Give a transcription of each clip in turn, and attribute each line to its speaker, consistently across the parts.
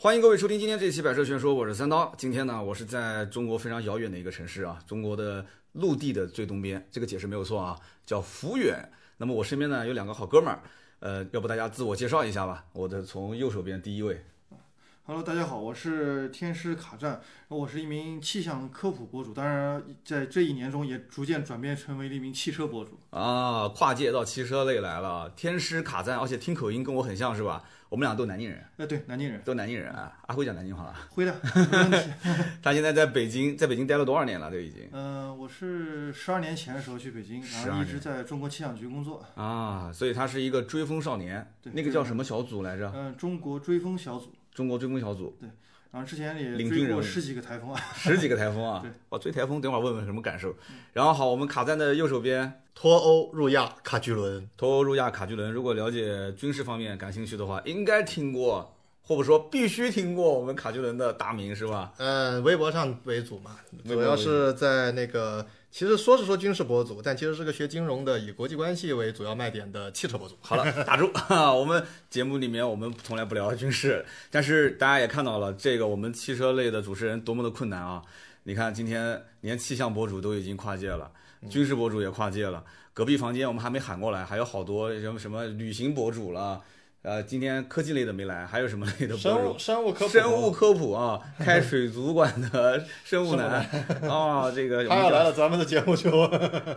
Speaker 1: 欢迎各位收听今天这期《百车全说》，我是三刀。今天呢，我是在中国非常遥远的一个城市啊，中国的陆地的最东边，这个解释没有错啊，叫抚远。那么我身边呢有两个好哥们儿，呃，要不大家自我介绍一下吧？我的从右手边第一位，
Speaker 2: Hello，大家好，我是天师卡站，我是一名气象科普博主，当然在这一年中也逐渐转变成为了一名汽车博主。
Speaker 1: 啊，跨界到汽车类来了啊，天师卡赞，而且听口音跟我很像是吧？我们俩都南京人，
Speaker 2: 呃，对，南京人，
Speaker 1: 都南京人啊。阿辉讲南京话了，
Speaker 2: 会的，没问题。
Speaker 1: 他现在在北京，在北京待了多少年了？都已经
Speaker 2: 呃，我是十二年前的时候去北京，然
Speaker 1: 12
Speaker 2: 后一直在中国气象局工作，
Speaker 1: 啊，所以他是一个追风少年。
Speaker 2: 对
Speaker 1: 那个叫什么小组来着？
Speaker 2: 嗯、中国追风小组，
Speaker 1: 中国追风小组，
Speaker 2: 然后之前也
Speaker 1: 领军
Speaker 2: 追
Speaker 1: 人物
Speaker 2: 过十几个台风啊。
Speaker 1: 十几个台风啊
Speaker 2: 对！
Speaker 1: 哇，追台风，等会儿问问什么感受。然后好，我们卡赞的右手边，
Speaker 3: 脱欧入亚卡巨轮，
Speaker 1: 脱欧入亚卡巨轮，如果了解军事方面感兴趣的话，应该听过，或者说必须听过我们卡巨轮的大名是吧？
Speaker 3: 嗯，微博上为主嘛，
Speaker 1: 微博
Speaker 3: 主要是在那个，其实说是说军事博主，但其实是个学金融的，以国际关系为主要卖点的汽车博主。
Speaker 1: 好了，打住！ 哈，我们节目里面我们从来不聊军事，但是大家也看到了，这个我们汽车类的主持人多么的困难啊！你看，今天连气象博主都已经跨界了，
Speaker 3: 嗯
Speaker 1: 军事博主也跨界了，隔壁房间我们还没喊过来，还有好多什么什么旅行博主了，呃，今天科技类的没来，还有什么类的博
Speaker 3: 生
Speaker 1: 主？
Speaker 3: 物生物科普，
Speaker 1: 生物科普啊，开水族馆的生物男啊，这 个我们
Speaker 3: 他要
Speaker 1: 叫
Speaker 3: 来了，咱们的节目 就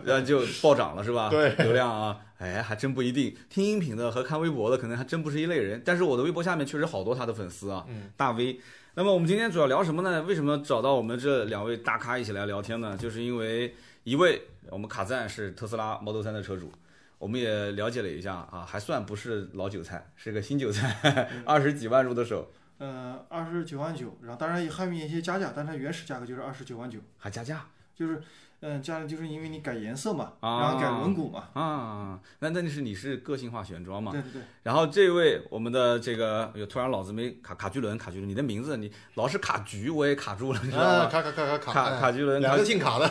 Speaker 1: 那就暴涨了是吧？
Speaker 3: 对
Speaker 1: 流量啊，哎，还真不一定。听音频的和看微博的可能还真不是一类人，但是我的微博下面确实好多他的粉丝啊，
Speaker 3: 嗯
Speaker 1: 大 V。那么我们今天主要聊什么呢？为什么找到我们这两位大咖一起来聊天呢？就是因为一位我们卡赞是特斯拉 Model 3的车主，我们也了解了一下啊，还算不是老韭菜，是个新韭菜，
Speaker 3: 嗯
Speaker 1: 二十几万入的手，
Speaker 2: 呃，二十九万九，然后当然也还有一些加价，但它原始价格就是二十九万九，
Speaker 1: 还加价
Speaker 2: 就是嗯、加了就是因为你改颜色嘛，
Speaker 1: 啊
Speaker 2: 然后改轮毂嘛，
Speaker 1: 啊？那那是你是个性化选装嘛？
Speaker 2: 对对对。
Speaker 1: 然后这位我们的这个，哎呦，突然老子没卡卡巨轮，卡巨轮，你的名字你老是卡局，我也卡住了，你知道
Speaker 3: 啊，
Speaker 1: 吗？
Speaker 3: 卡卡卡卡卡
Speaker 1: 卡卡巨轮，
Speaker 3: 两
Speaker 1: 卡
Speaker 3: 个进卡的，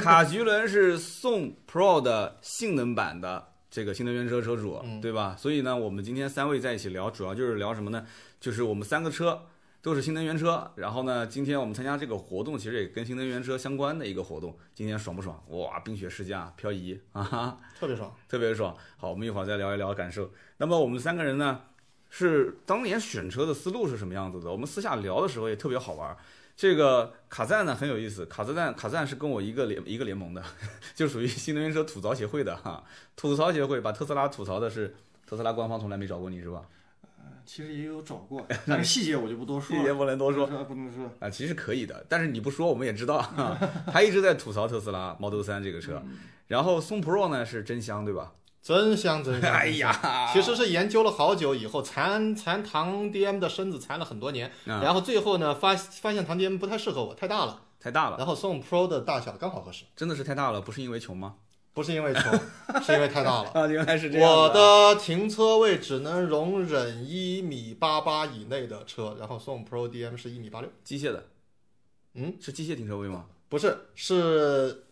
Speaker 1: 卡菊轮是宋 Pro 的性能版的这个新能源车车主，
Speaker 3: 嗯
Speaker 1: 对吧？所以呢，我们今天三位在一起聊，主要就是聊什么呢？就是我们三个车都是新能源车，然后呢，今天我们参加这个活动，其实也跟新能源车相关的一个活动。今天爽不爽？哇，冰雪试驾漂移啊哈！
Speaker 3: 特别爽。
Speaker 1: 特别爽。好，我们一会儿再聊一聊感受。那么我们三个人呢，是当年选车的思路是什么样子的？我们私下聊的时候也特别好玩儿。这个卡赞呢很有意思，卡赞卡赞是跟我一个联一个联盟的， 就属于新能源车吐槽协会的哈，吐槽协会把特斯拉吐槽的是特斯拉官方从来没找过你是吧？
Speaker 2: 其实也有找过，但是细节我就不多说
Speaker 1: 一
Speaker 2: 了
Speaker 1: 点。不能多说，
Speaker 2: 不能说。
Speaker 1: 啊，其实可以的，但是你不说我们也知道， 他一直在吐槽特斯拉 Model 3这个车，然后宋 Pro 呢是真香对吧？
Speaker 3: 真香真 香！
Speaker 1: 哎呀，
Speaker 3: 其实是研究了好久以后，缠缠唐 DM 的身子缠了很多年，
Speaker 1: 啊
Speaker 3: 然后最后呢发发现唐 DM 不太适合我，太大了，
Speaker 1: 太大了，
Speaker 3: 然后送 Pro 的大小刚好合适，
Speaker 1: 真的是太大了，不是因为穷吗？
Speaker 3: 不是因为 穷，是因为太大了。
Speaker 1: 啊，原来是这样。
Speaker 3: 我的停车位只能容忍一米八八以内的车，然后宋 Pro DM 是一米八六，
Speaker 1: 机械的，
Speaker 3: 嗯，
Speaker 1: 是机械停车位吗？
Speaker 3: 不是是，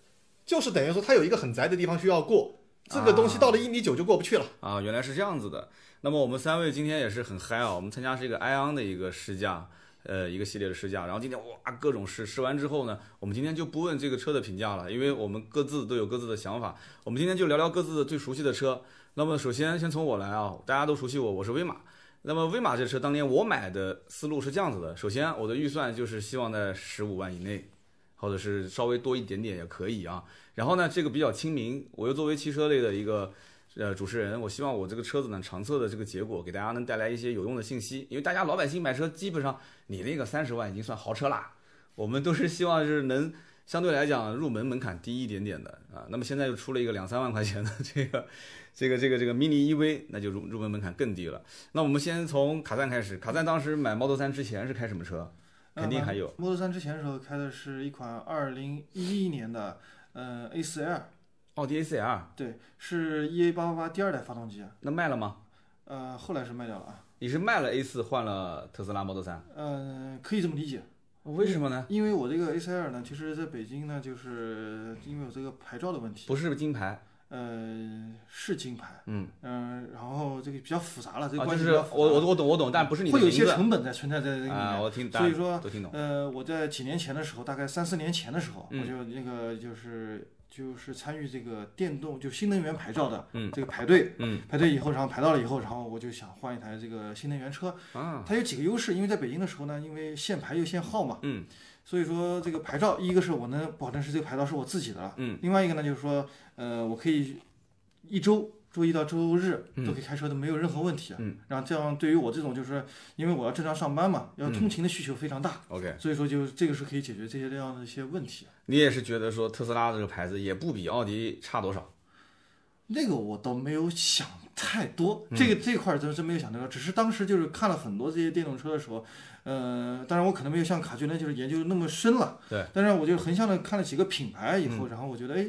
Speaker 3: 就是等于说它有一个很窄的地方需要过，这个东西到了一米九就过不去了。
Speaker 1: 啊，原来是这样子的。那么我们三位今天也是很嗨啊，我们参加是一个 ION 的一个试驾，呃，一个系列的试驾。然后今天哇，各种试，试完之后呢，我们今天就不问这个车的评价了，因为我们各自都有各自的想法。我们今天就聊聊各自的最熟悉的车。那么首先先从我来啊，大家都熟悉我，我是威马。那么威马这车当年我买的思路是这样子的，首先我的预算就是希望在十五万以内，或者是稍微多一点点也可以啊。然后呢，这个比较亲民，我又作为汽车类的一个呃主持人，我希望我这个车子呢长测的这个结果给大家能带来一些有用的信息，因为大家老百姓买车基本上你那个三十万已经算豪车啦，我们都是希望是能相对来讲入门门槛低一点点的啊。那么现在又出了一个两三万块钱的这个这个这个这个 mini EV，那就入入门门槛更低了。那我们先从卡赞开始，卡赞当时买 Model 3之前是开什么车？嗯肯定还有
Speaker 2: 呃 Model 3之前的时候开的是一款二零一一年的呃 A4L，
Speaker 1: 奥迪 A4L，
Speaker 2: 对，是 EA 八八八第二代发动机，啊
Speaker 1: 那卖了吗？
Speaker 2: 呃，后来是卖掉了啊，
Speaker 1: 你是卖了 A4 换了特斯拉 Model 3？
Speaker 2: 呃，可以这么理解，
Speaker 1: 为什么呢？
Speaker 2: 因为我这个 A4L 呢，其实在北京呢，就是因为我这个牌照的问题，
Speaker 1: 不是金牌，
Speaker 2: 呃，是金牌，
Speaker 1: 嗯
Speaker 2: 嗯、然后这个比较复杂了，这个
Speaker 1: 啊，就
Speaker 2: 关系比
Speaker 1: 是
Speaker 2: 较
Speaker 1: 我
Speaker 2: 复杂了
Speaker 1: 我我懂我懂，但不是你的
Speaker 2: 会有
Speaker 1: 名
Speaker 2: 一些
Speaker 1: 字
Speaker 2: 成本在存在在这个里面。
Speaker 1: 啊，我听，大
Speaker 2: 所以
Speaker 1: 家
Speaker 2: 说
Speaker 1: 都听懂，
Speaker 2: 呃，我在几年前的时候，大概三四年前的时候，
Speaker 1: 嗯
Speaker 2: 我就那个就是就是参与这个电动就新能源牌照的
Speaker 1: 嗯
Speaker 2: 这个排队，
Speaker 1: 嗯
Speaker 2: 排队以后，然后排到了以后，然后我就想换一台这个新能源车。
Speaker 1: 啊，
Speaker 2: 它有几个优势，因为在北京的时候呢，因为限牌又限号嘛，
Speaker 1: 嗯
Speaker 2: 所以说这个牌照，一个是我能保证是这个牌照是我自己的了，
Speaker 1: 嗯，
Speaker 2: 另外一个呢就是说，呃，我可以一周周一到周日都可以开车的，没有任何问题，啊
Speaker 1: 嗯，
Speaker 2: 然后这样对于我这种就是因为我要正常上班嘛，要
Speaker 1: 嗯
Speaker 2: 通勤的需求非常大，
Speaker 1: ，OK，
Speaker 2: 所以说就这个是可以解决这些这样的一些问题。
Speaker 1: 你也是觉得说特斯拉这个牌子也不比奥迪差多少，
Speaker 2: 那个我倒没有想太多，
Speaker 1: 嗯
Speaker 2: 这个这块儿真真没有想太多，只是当时就是看了很多这些电动车的时候，呃，当然我可能没有像卡俊那就是研究那么深了，
Speaker 1: 对，嗯
Speaker 2: 但是我就横向的看了几个品牌以后，然后我觉得，哎，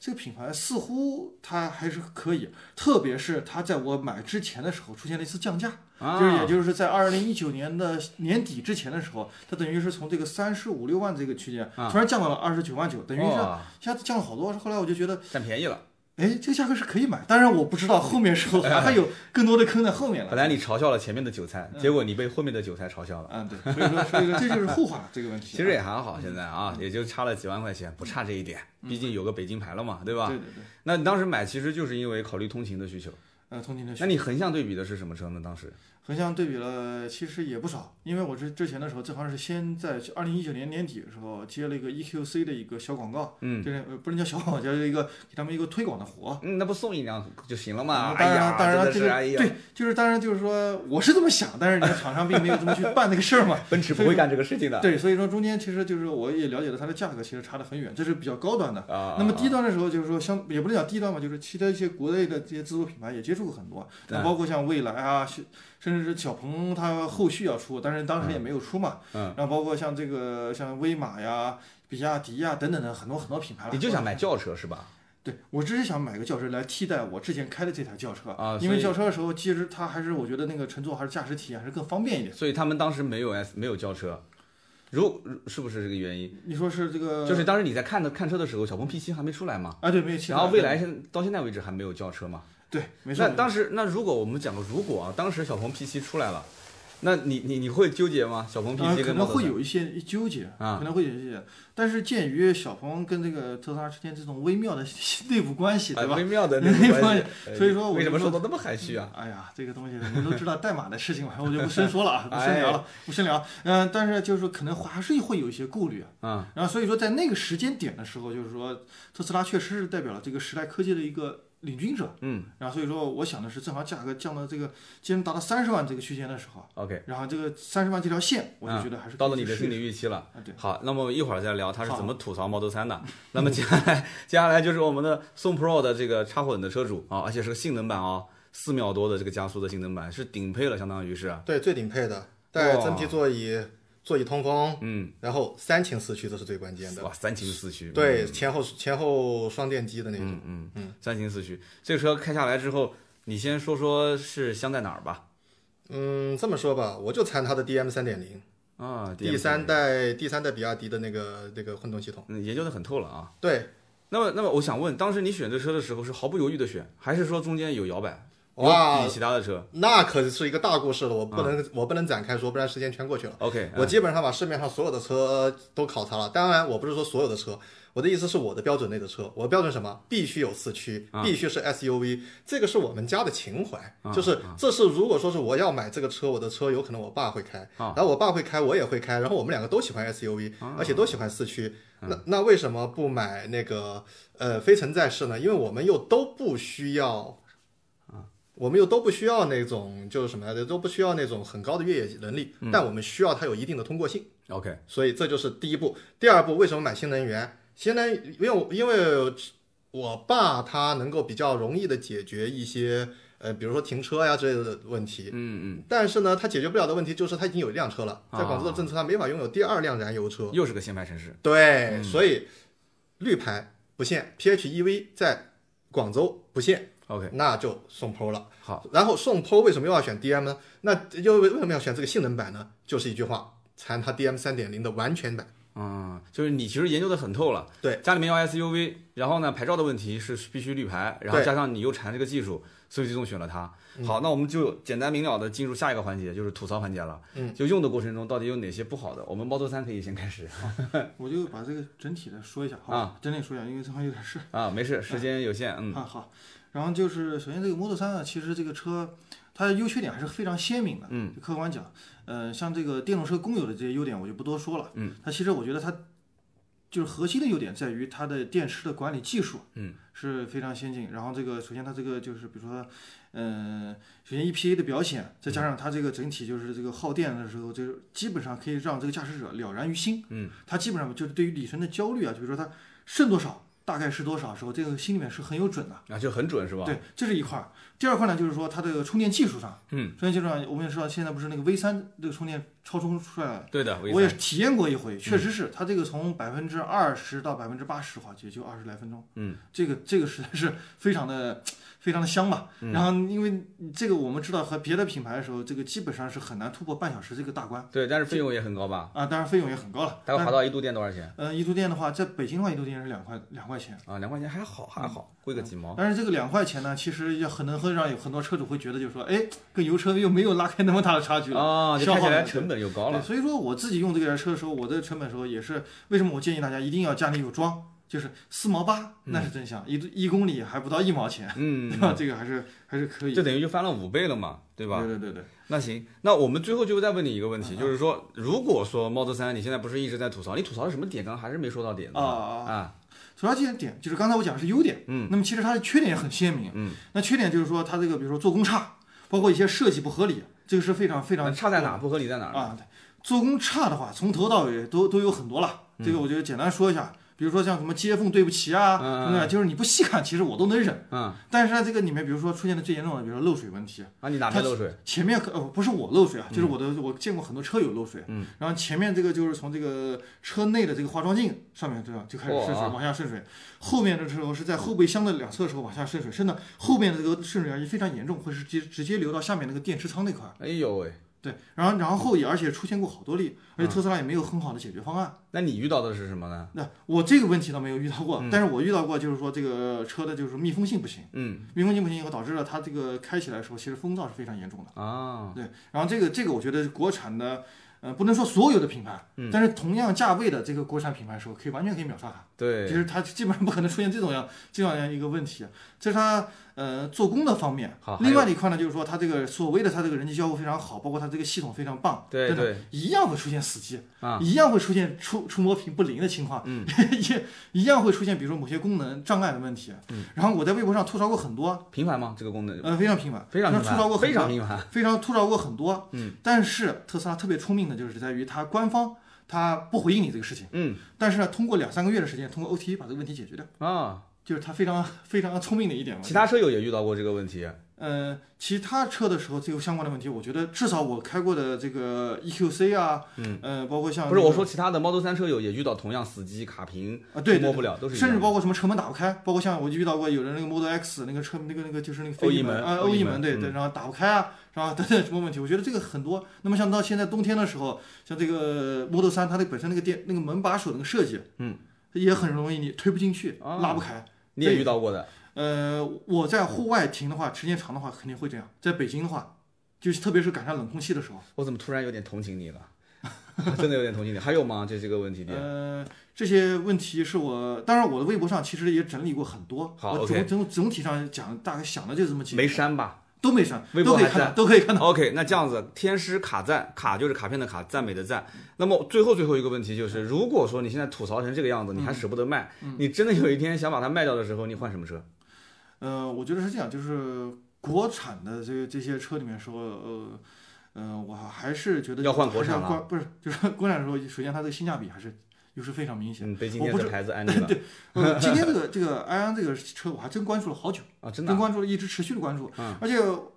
Speaker 2: 这个品牌似乎它还是可以，特别是它在我买之前的时候出现了一次降价，
Speaker 1: 啊，
Speaker 2: 就是也就是在二零一九年的年底之前的时候，它等于是从这个三十五六万这个区间，
Speaker 1: 啊
Speaker 2: 突然降到了二十九万九，等于是
Speaker 1: 哇
Speaker 2: 一下子降了好多。后来我就觉得。
Speaker 1: 占便宜了。
Speaker 2: 哎，这个价格是可以买，当然我不知道后面是否还还有更多的坑在后面了。
Speaker 1: 本来你嘲笑了前面的韭菜，
Speaker 2: 嗯
Speaker 1: 结果你被后面的韭菜嘲笑了。
Speaker 2: 啊，对，所以说，所以说这就是后话这个问题。
Speaker 1: 其实也还好，现在啊，也就差了几万块钱，不差这一点，毕竟有个北京牌了嘛，对吧
Speaker 2: 嗯对？对对，
Speaker 1: 那你当时买其实就是因为考虑通勤的需求。
Speaker 2: 呃，通勤的需
Speaker 1: 那你横向对比的是什么车呢？当时
Speaker 2: 横向对比了，其实也不少，因为我之之前的时候，正好是先在二零一九年年底的时候接了一个 EQC 的一个小广告，
Speaker 1: 嗯
Speaker 2: 就是呃不能叫小广告，就是一个给他们一个推广的活。
Speaker 1: 嗯，那不送一辆就行了嘛？
Speaker 2: 当
Speaker 1: 哎
Speaker 2: 然，
Speaker 1: 呀，
Speaker 2: 嗯当然，
Speaker 1: 真的
Speaker 2: 这
Speaker 1: 是
Speaker 2: 个、
Speaker 1: 哎呀，
Speaker 2: 对，就是当然就是说我是这么想，但是人家厂商并没有这么去办那个事儿嘛。
Speaker 1: 奔驰不会干这个事情的
Speaker 2: 对，所以说中间其实就是我也了解了它的价格，其实差得很远，这是比较高端的。
Speaker 1: 啊。
Speaker 2: 那么低端的时候，就是说相也不能讲低端吧，就是其他一些国内的这些自主品牌也接触过很多，
Speaker 1: 对
Speaker 2: 那包括像蔚来啊，是甚至是小鹏它后续要出，但是当时也没有出嘛。
Speaker 1: 嗯。
Speaker 2: 然后包括像这个像威马呀、比亚迪呀等等的很多很多品牌了。
Speaker 1: 你就想买轿车是吧？
Speaker 2: 对我只是想买个轿车来替代我之前开的这台轿车
Speaker 1: 啊
Speaker 2: 因为
Speaker 1: 所
Speaker 2: 轿车的时候其实它还是我觉得那个乘坐还是驾驶体验还是更方便一点。
Speaker 1: 所以他们当时没有 S 没有轿车，如是不是这个原因？
Speaker 2: 你说是这个？
Speaker 1: 就是当时你在看的看车的时候，小鹏 P7 还没出来嘛？
Speaker 2: 啊，对，没有汽车。
Speaker 1: 然后蔚来现到现在为止还没有轿车嘛？
Speaker 2: 对，没错
Speaker 1: 那。当时那如果我们讲个如果啊，当时小鹏 P7 出来了，那你你你会纠结吗？小鹏
Speaker 2: 呃，
Speaker 1: P7
Speaker 2: 可
Speaker 1: 跟
Speaker 2: 能
Speaker 1: 猫头
Speaker 2: 会
Speaker 1: 鹰
Speaker 2: 有一些纠结，
Speaker 1: 啊
Speaker 2: 可能会有一些。但是鉴于小鹏跟这个特斯拉之间这种微妙的 内部关系，对
Speaker 1: 啊
Speaker 2: 吧，
Speaker 1: 微？妙的那个关系 哎
Speaker 2: 所以说我
Speaker 1: 为什么
Speaker 2: 就
Speaker 1: 说的那么含蓄啊？
Speaker 2: 哎呀，这个东西你们都知道代码的事情嘛，我就不深说 了啊，不
Speaker 1: 哎
Speaker 2: 深聊了，不深聊。嗯，但是就是可能还是会有一些顾虑。
Speaker 1: 啊，
Speaker 2: 然后所以说在那个时间点的时候，就是说特斯拉确实是代表了这个时代科技的一个领军者。
Speaker 1: 嗯
Speaker 2: 然后所以说我想的是，正好价格降到这个，既然达到三十万这个区间的时候，啊
Speaker 1: ，OK，
Speaker 2: 然后这个三十万这条线，我就
Speaker 1: 啊
Speaker 2: 觉得嗯还是
Speaker 1: 到
Speaker 2: 可
Speaker 1: 了
Speaker 2: 以
Speaker 1: 你
Speaker 2: 去
Speaker 1: 的
Speaker 2: 试
Speaker 1: 心理预期了。
Speaker 2: 啊，对。
Speaker 1: 好，那么一会儿再聊它是怎么吐槽 Model 3的。那么接下来， 接下来就是我们的宋 Pro 的这个插混的车主啊，而且是个性能版啊，四秒多的这个加速的性能版是顶配了，相当于是，啊
Speaker 3: 对，最顶配的，带真皮座椅，座椅通风，
Speaker 1: 嗯，
Speaker 3: 然后三擎四驱，这是最关键的。
Speaker 1: 哇，三擎四驱，
Speaker 3: 对，前后前后双电机的那种。
Speaker 1: 嗯嗯，三擎四驱，这个车开下来之后，你先说说是香在哪儿吧？
Speaker 3: 嗯，这么说吧，我就馋它的 DM 三点零，
Speaker 1: 啊，
Speaker 3: 第三，代第三代比亚迪的那个那个混动系统。
Speaker 1: 嗯，研究的很透了啊。
Speaker 3: 对，
Speaker 1: 那么，那么我想问，当时你选这车的时候是毫不犹豫的选，还是说中间有摇摆？有
Speaker 3: 哇
Speaker 1: 比其他的车
Speaker 3: 那可是一个大故事了，我不能、我不能展开说，不然时间全过去了。
Speaker 1: ，OK，
Speaker 3: 我基本上把市面上所有的车都考察了，当然我不是说所有的车，我的意思是我的标准内的车，我的标准是什么？必须有四驱，必须是 SUV，、这个是我们家的情怀，就是这是如果说是我要买这个车，我的车有可能我爸会开，然后我爸会开，我也会开，然后我们两个都喜欢 SUV，、而且都喜欢四驱，那那为什么不买那个呃非承载式呢？因为我们又都不需要。我们又都不需要那种就是什么来着，都不需要那种很高的越野能力，
Speaker 1: 嗯
Speaker 3: 但我们需要它有一定的通过性，
Speaker 1: OK，
Speaker 3: 所以这就是第一步。第二步，为什么买新能源？新能源，因为我因为我爸他能够比较容易的解决一些呃，比如说停车呀之类的问题。
Speaker 1: 嗯啊嗯，
Speaker 3: 但是呢，他解决不了的问题就是他已经有一辆车了，在广州的政策他没法拥有第二辆燃油车。
Speaker 1: 又是个限牌城市，嗯
Speaker 3: 对，所以绿牌不限，PHEV 在广州不限
Speaker 1: OK
Speaker 3: 那就送 PRO 了。
Speaker 1: 好，
Speaker 3: 然后送 PRO 为什么又要选 DM 呢？那又为什么要选这个性能版呢？就是一句话，馋它 DM 三点零的完全版。
Speaker 1: 嗯，就是你其实研究的很透了。
Speaker 3: 对，
Speaker 1: 家里面要 SUV，然后呢，牌照的问题是必须绿牌，然后
Speaker 3: 对
Speaker 1: 加上你又馋这个技术，所以最终选了它。
Speaker 2: 嗯
Speaker 1: 好，那我们就简单明了的进入下一个环节，就是吐槽环节了。
Speaker 3: 嗯，
Speaker 1: 就用的过程中到底有哪些不好的？我们 Model 3可以先开始
Speaker 2: 我就把这个整体的说一下，好吧？整体说一下，因为这好像有点事儿。
Speaker 1: 啊，没事，时间有限，嗯
Speaker 2: 啊好，然后就是首先这个 Model 3啊，其实这个车它的优缺点还是非常鲜明的。嗯，客观讲，呃，像这个电动车共有的这些优点，我就不多说了。嗯，它其实我觉得它就是核心的优点在于它的电池的管理技术，嗯，是非常先进。然后这个首先它这个就是比如说，嗯、首先 EPA 的表显，再加上它这个整体就是这个耗电的时候，就是基本上可以让这个驾驶者了然于心。嗯，它基本上就是对于里程的焦虑啊，就比如说它剩多少。大概是多少时候，这个心里面是很有准的。
Speaker 1: 啊，就很准是吧？
Speaker 2: 对，这是一块儿。第二块呢，就是说它这个充电技术上，嗯，充电技术上，我们也知道现在不是那个 V 三这个充电超充出来了，
Speaker 1: 对的，我
Speaker 2: 我也体验过一回，确实是它这个从百分之二十到百分之八十话，也就二十来分钟，嗯，这个这个实在是非常的。非常的香吧，然后因为这个我们知道和别的品牌的时候，这个基本上是很难突破半小时这个大关
Speaker 1: 对，但是费用也很高吧？
Speaker 2: 啊，当然费用也很高了。
Speaker 1: 大概划到一度电多少钱？
Speaker 2: 呃，一度电的话，在北京的话，一度电是两块两块钱。
Speaker 1: 啊，两块钱还好还好，贵个几毛。
Speaker 2: 但是这个两块钱呢，其实也很能会让有很多车主会觉得，就是说，哎，跟油车又没有拉开那么大的差距了
Speaker 1: 啊，就
Speaker 2: 嗯消
Speaker 1: 开起
Speaker 2: 耗
Speaker 1: 来
Speaker 2: 了。
Speaker 1: 成本又高
Speaker 2: 对，
Speaker 1: 了。
Speaker 2: 所以说我自己用这个车的时候，我的成本的时候也是为什么我建议大家一定要家里有装，就是四毛八，那是真香，一一公里还不到一毛钱，
Speaker 1: 嗯，
Speaker 2: 对吧？ 这个还是还是可以，
Speaker 1: 就等于就翻了五倍了嘛，对吧？
Speaker 2: 对对对
Speaker 1: 那行，那我们最后就再问你一个问
Speaker 2: 嗯
Speaker 1: 题，就是说，如果说 Model 3你现在不是一直在吐槽，你吐槽的什么点？刚刚还是没说到点
Speaker 2: 对，啊
Speaker 1: 呢。
Speaker 2: 啊啊！
Speaker 1: 啊，
Speaker 2: 主要这些点就是刚才我讲的是优点，嗯，那么其实它的缺点也很鲜明，嗯，那缺点就是说它这个比如说做工差，包括一些设计不合理，这个是非常非
Speaker 1: 啊那
Speaker 2: 常
Speaker 1: 差在哪？不合理在哪儿？
Speaker 2: 啊，对，做工差的话，从头到尾都都有很多了。这个我就简单说一下，比如说像什么接缝对不齐啊，
Speaker 1: 嗯
Speaker 2: 什么的，就是你不细看，其实我都能忍。
Speaker 1: 嗯，
Speaker 2: 但是呢，这个里面比如说出现的最严重的，比如说漏水问题，
Speaker 1: 啊，你哪边漏水？
Speaker 2: 前面可、呃、不是我漏水啊，就是
Speaker 1: 嗯
Speaker 2: 我的、我见过很多车友漏水，嗯，然后前面这个就是从这个车内的这个化妆镜上面对吧就开始渗水
Speaker 1: 哇
Speaker 2: 往下渗水，后面的时候是在后备箱的两侧的时候往下渗水，甚至后面的这个渗水而且非常严重，会是直接直接流到下面那个电池舱那块。
Speaker 1: 哎呦喂，
Speaker 2: 对，然后然后也而且出现过好多例，
Speaker 1: 嗯
Speaker 2: 而且特斯拉也没有很好的解决方案。
Speaker 1: 那你遇到的是什么呢？
Speaker 2: 那我这个问题倒没有遇到过，但是我遇到过就是说这个车的就是密封性不行，
Speaker 1: 嗯，
Speaker 2: 密封性不行以后导致了它这个开起来的时候其实风噪是非常严重的。
Speaker 1: 啊，
Speaker 2: 对，然后这个这个我觉得国产的，呃，不能说所有的品牌，
Speaker 1: 嗯
Speaker 2: 但是同样价位的这个国产品牌的时候，可以完全可以秒杀它。其
Speaker 1: 对，
Speaker 2: 实它基本上不可能出现这种样这样样一个问题，啊这是它呃做工的方面
Speaker 1: 好。还有
Speaker 2: 另外的一块呢，就是说它这个所谓的它这个人机交互非常好，包括它这个系统非常棒，
Speaker 1: 对
Speaker 2: 等等
Speaker 1: 对，
Speaker 2: 一样会出现死机，
Speaker 1: 啊
Speaker 2: 一样会出现触触摸屏不灵的情况，嗯， 也一样会出现比如说某些功能障碍的问题。嗯，然后我在微博上吐槽过很多，
Speaker 1: 频繁吗？这个功能
Speaker 2: 呃，非常频繁，
Speaker 1: 非常频
Speaker 2: 吐槽过
Speaker 1: 繁，非
Speaker 2: 很多
Speaker 1: 常频繁。
Speaker 2: 非常吐槽过很多，嗯，但是特斯拉特别聪明的就是在于它官方它不回应你这个事情，
Speaker 1: 嗯，
Speaker 2: 但是呢，通过两三个月的时间，通过 OTA 把这个问题解决掉，
Speaker 1: 啊，
Speaker 2: 就是它非常非常聪明的一点嘛。
Speaker 1: 其他车友也遇到过这个问题。
Speaker 2: 呃，其他车的时候，这个相关的问题，我觉得至少我开过的这个 EQC 啊，嗯，呃，包括像
Speaker 1: 不是我
Speaker 2: 那个
Speaker 1: 说，其他的 Model 3车友也遇到同样死机、卡屏
Speaker 2: 啊，对对
Speaker 1: 摸
Speaker 2: 对
Speaker 1: 不了，都是一
Speaker 2: 甚
Speaker 1: 样
Speaker 2: 至
Speaker 1: 的
Speaker 2: 包括什么车门打不开，包括像我就遇到过有人那个 Model X 那个车那个那个就是那个
Speaker 1: 欧
Speaker 2: 飞
Speaker 1: 翼
Speaker 2: 翼
Speaker 1: 门嗯
Speaker 2: 啊
Speaker 1: 欧
Speaker 2: 欧
Speaker 1: 翼
Speaker 2: 翼
Speaker 1: 门
Speaker 2: 门对对，然后打不开啊，然后等等什么问题，我觉得这个很多。那么像到现在冬天的时候，像这个 Model 3它的本身那个电那个门把手那个设计，嗯，也很容易你推不进去，
Speaker 1: 啊
Speaker 2: 拉不开。
Speaker 1: 你也遇到过的。
Speaker 2: 呃，我在户外停的话，时间长的话肯定会这样。在北京的话，就是特别是赶上冷空气的时候，
Speaker 1: 我怎么突然有点同情你了？ 真的有点同情你。还有吗？这是个问题点。
Speaker 2: 呃，这些问题是我，当然我的微博上其实也整理过很多，
Speaker 1: 好
Speaker 2: 我
Speaker 1: OK
Speaker 2: 总总总体上讲，大概想的就这么几个，
Speaker 1: 没删吧？
Speaker 2: 都没删，
Speaker 1: 微博
Speaker 2: 都可以
Speaker 1: 还
Speaker 2: 看
Speaker 1: 在
Speaker 2: 到，都可以看到。
Speaker 1: OK，那这样子，天师卡赞，卡就是卡片的卡，赞美的赞。那么最后最后一个问题就是，如果说你现在吐槽成这个样子，你还
Speaker 2: 嗯
Speaker 1: 舍不得卖，你真的有一天想把它卖掉的时候，你换什么车？
Speaker 2: 呃，我觉得是这样，就是国产的这个这些车里面说，呃，呃，我还是觉得
Speaker 1: 要换国
Speaker 2: 还是要
Speaker 1: 产了
Speaker 2: 换，不是，就是 国产的时候，首先它这个性价比还是优势非常明显。
Speaker 1: 嗯，被今
Speaker 2: 我
Speaker 1: 天
Speaker 2: 不
Speaker 1: 这牌 子安利了
Speaker 2: 呃，今天这个这个安安这个车，我还真关注了好久。
Speaker 1: 啊，真的嗯
Speaker 2: 真
Speaker 1: 啊
Speaker 2: 关注了，一直持续的关注，而且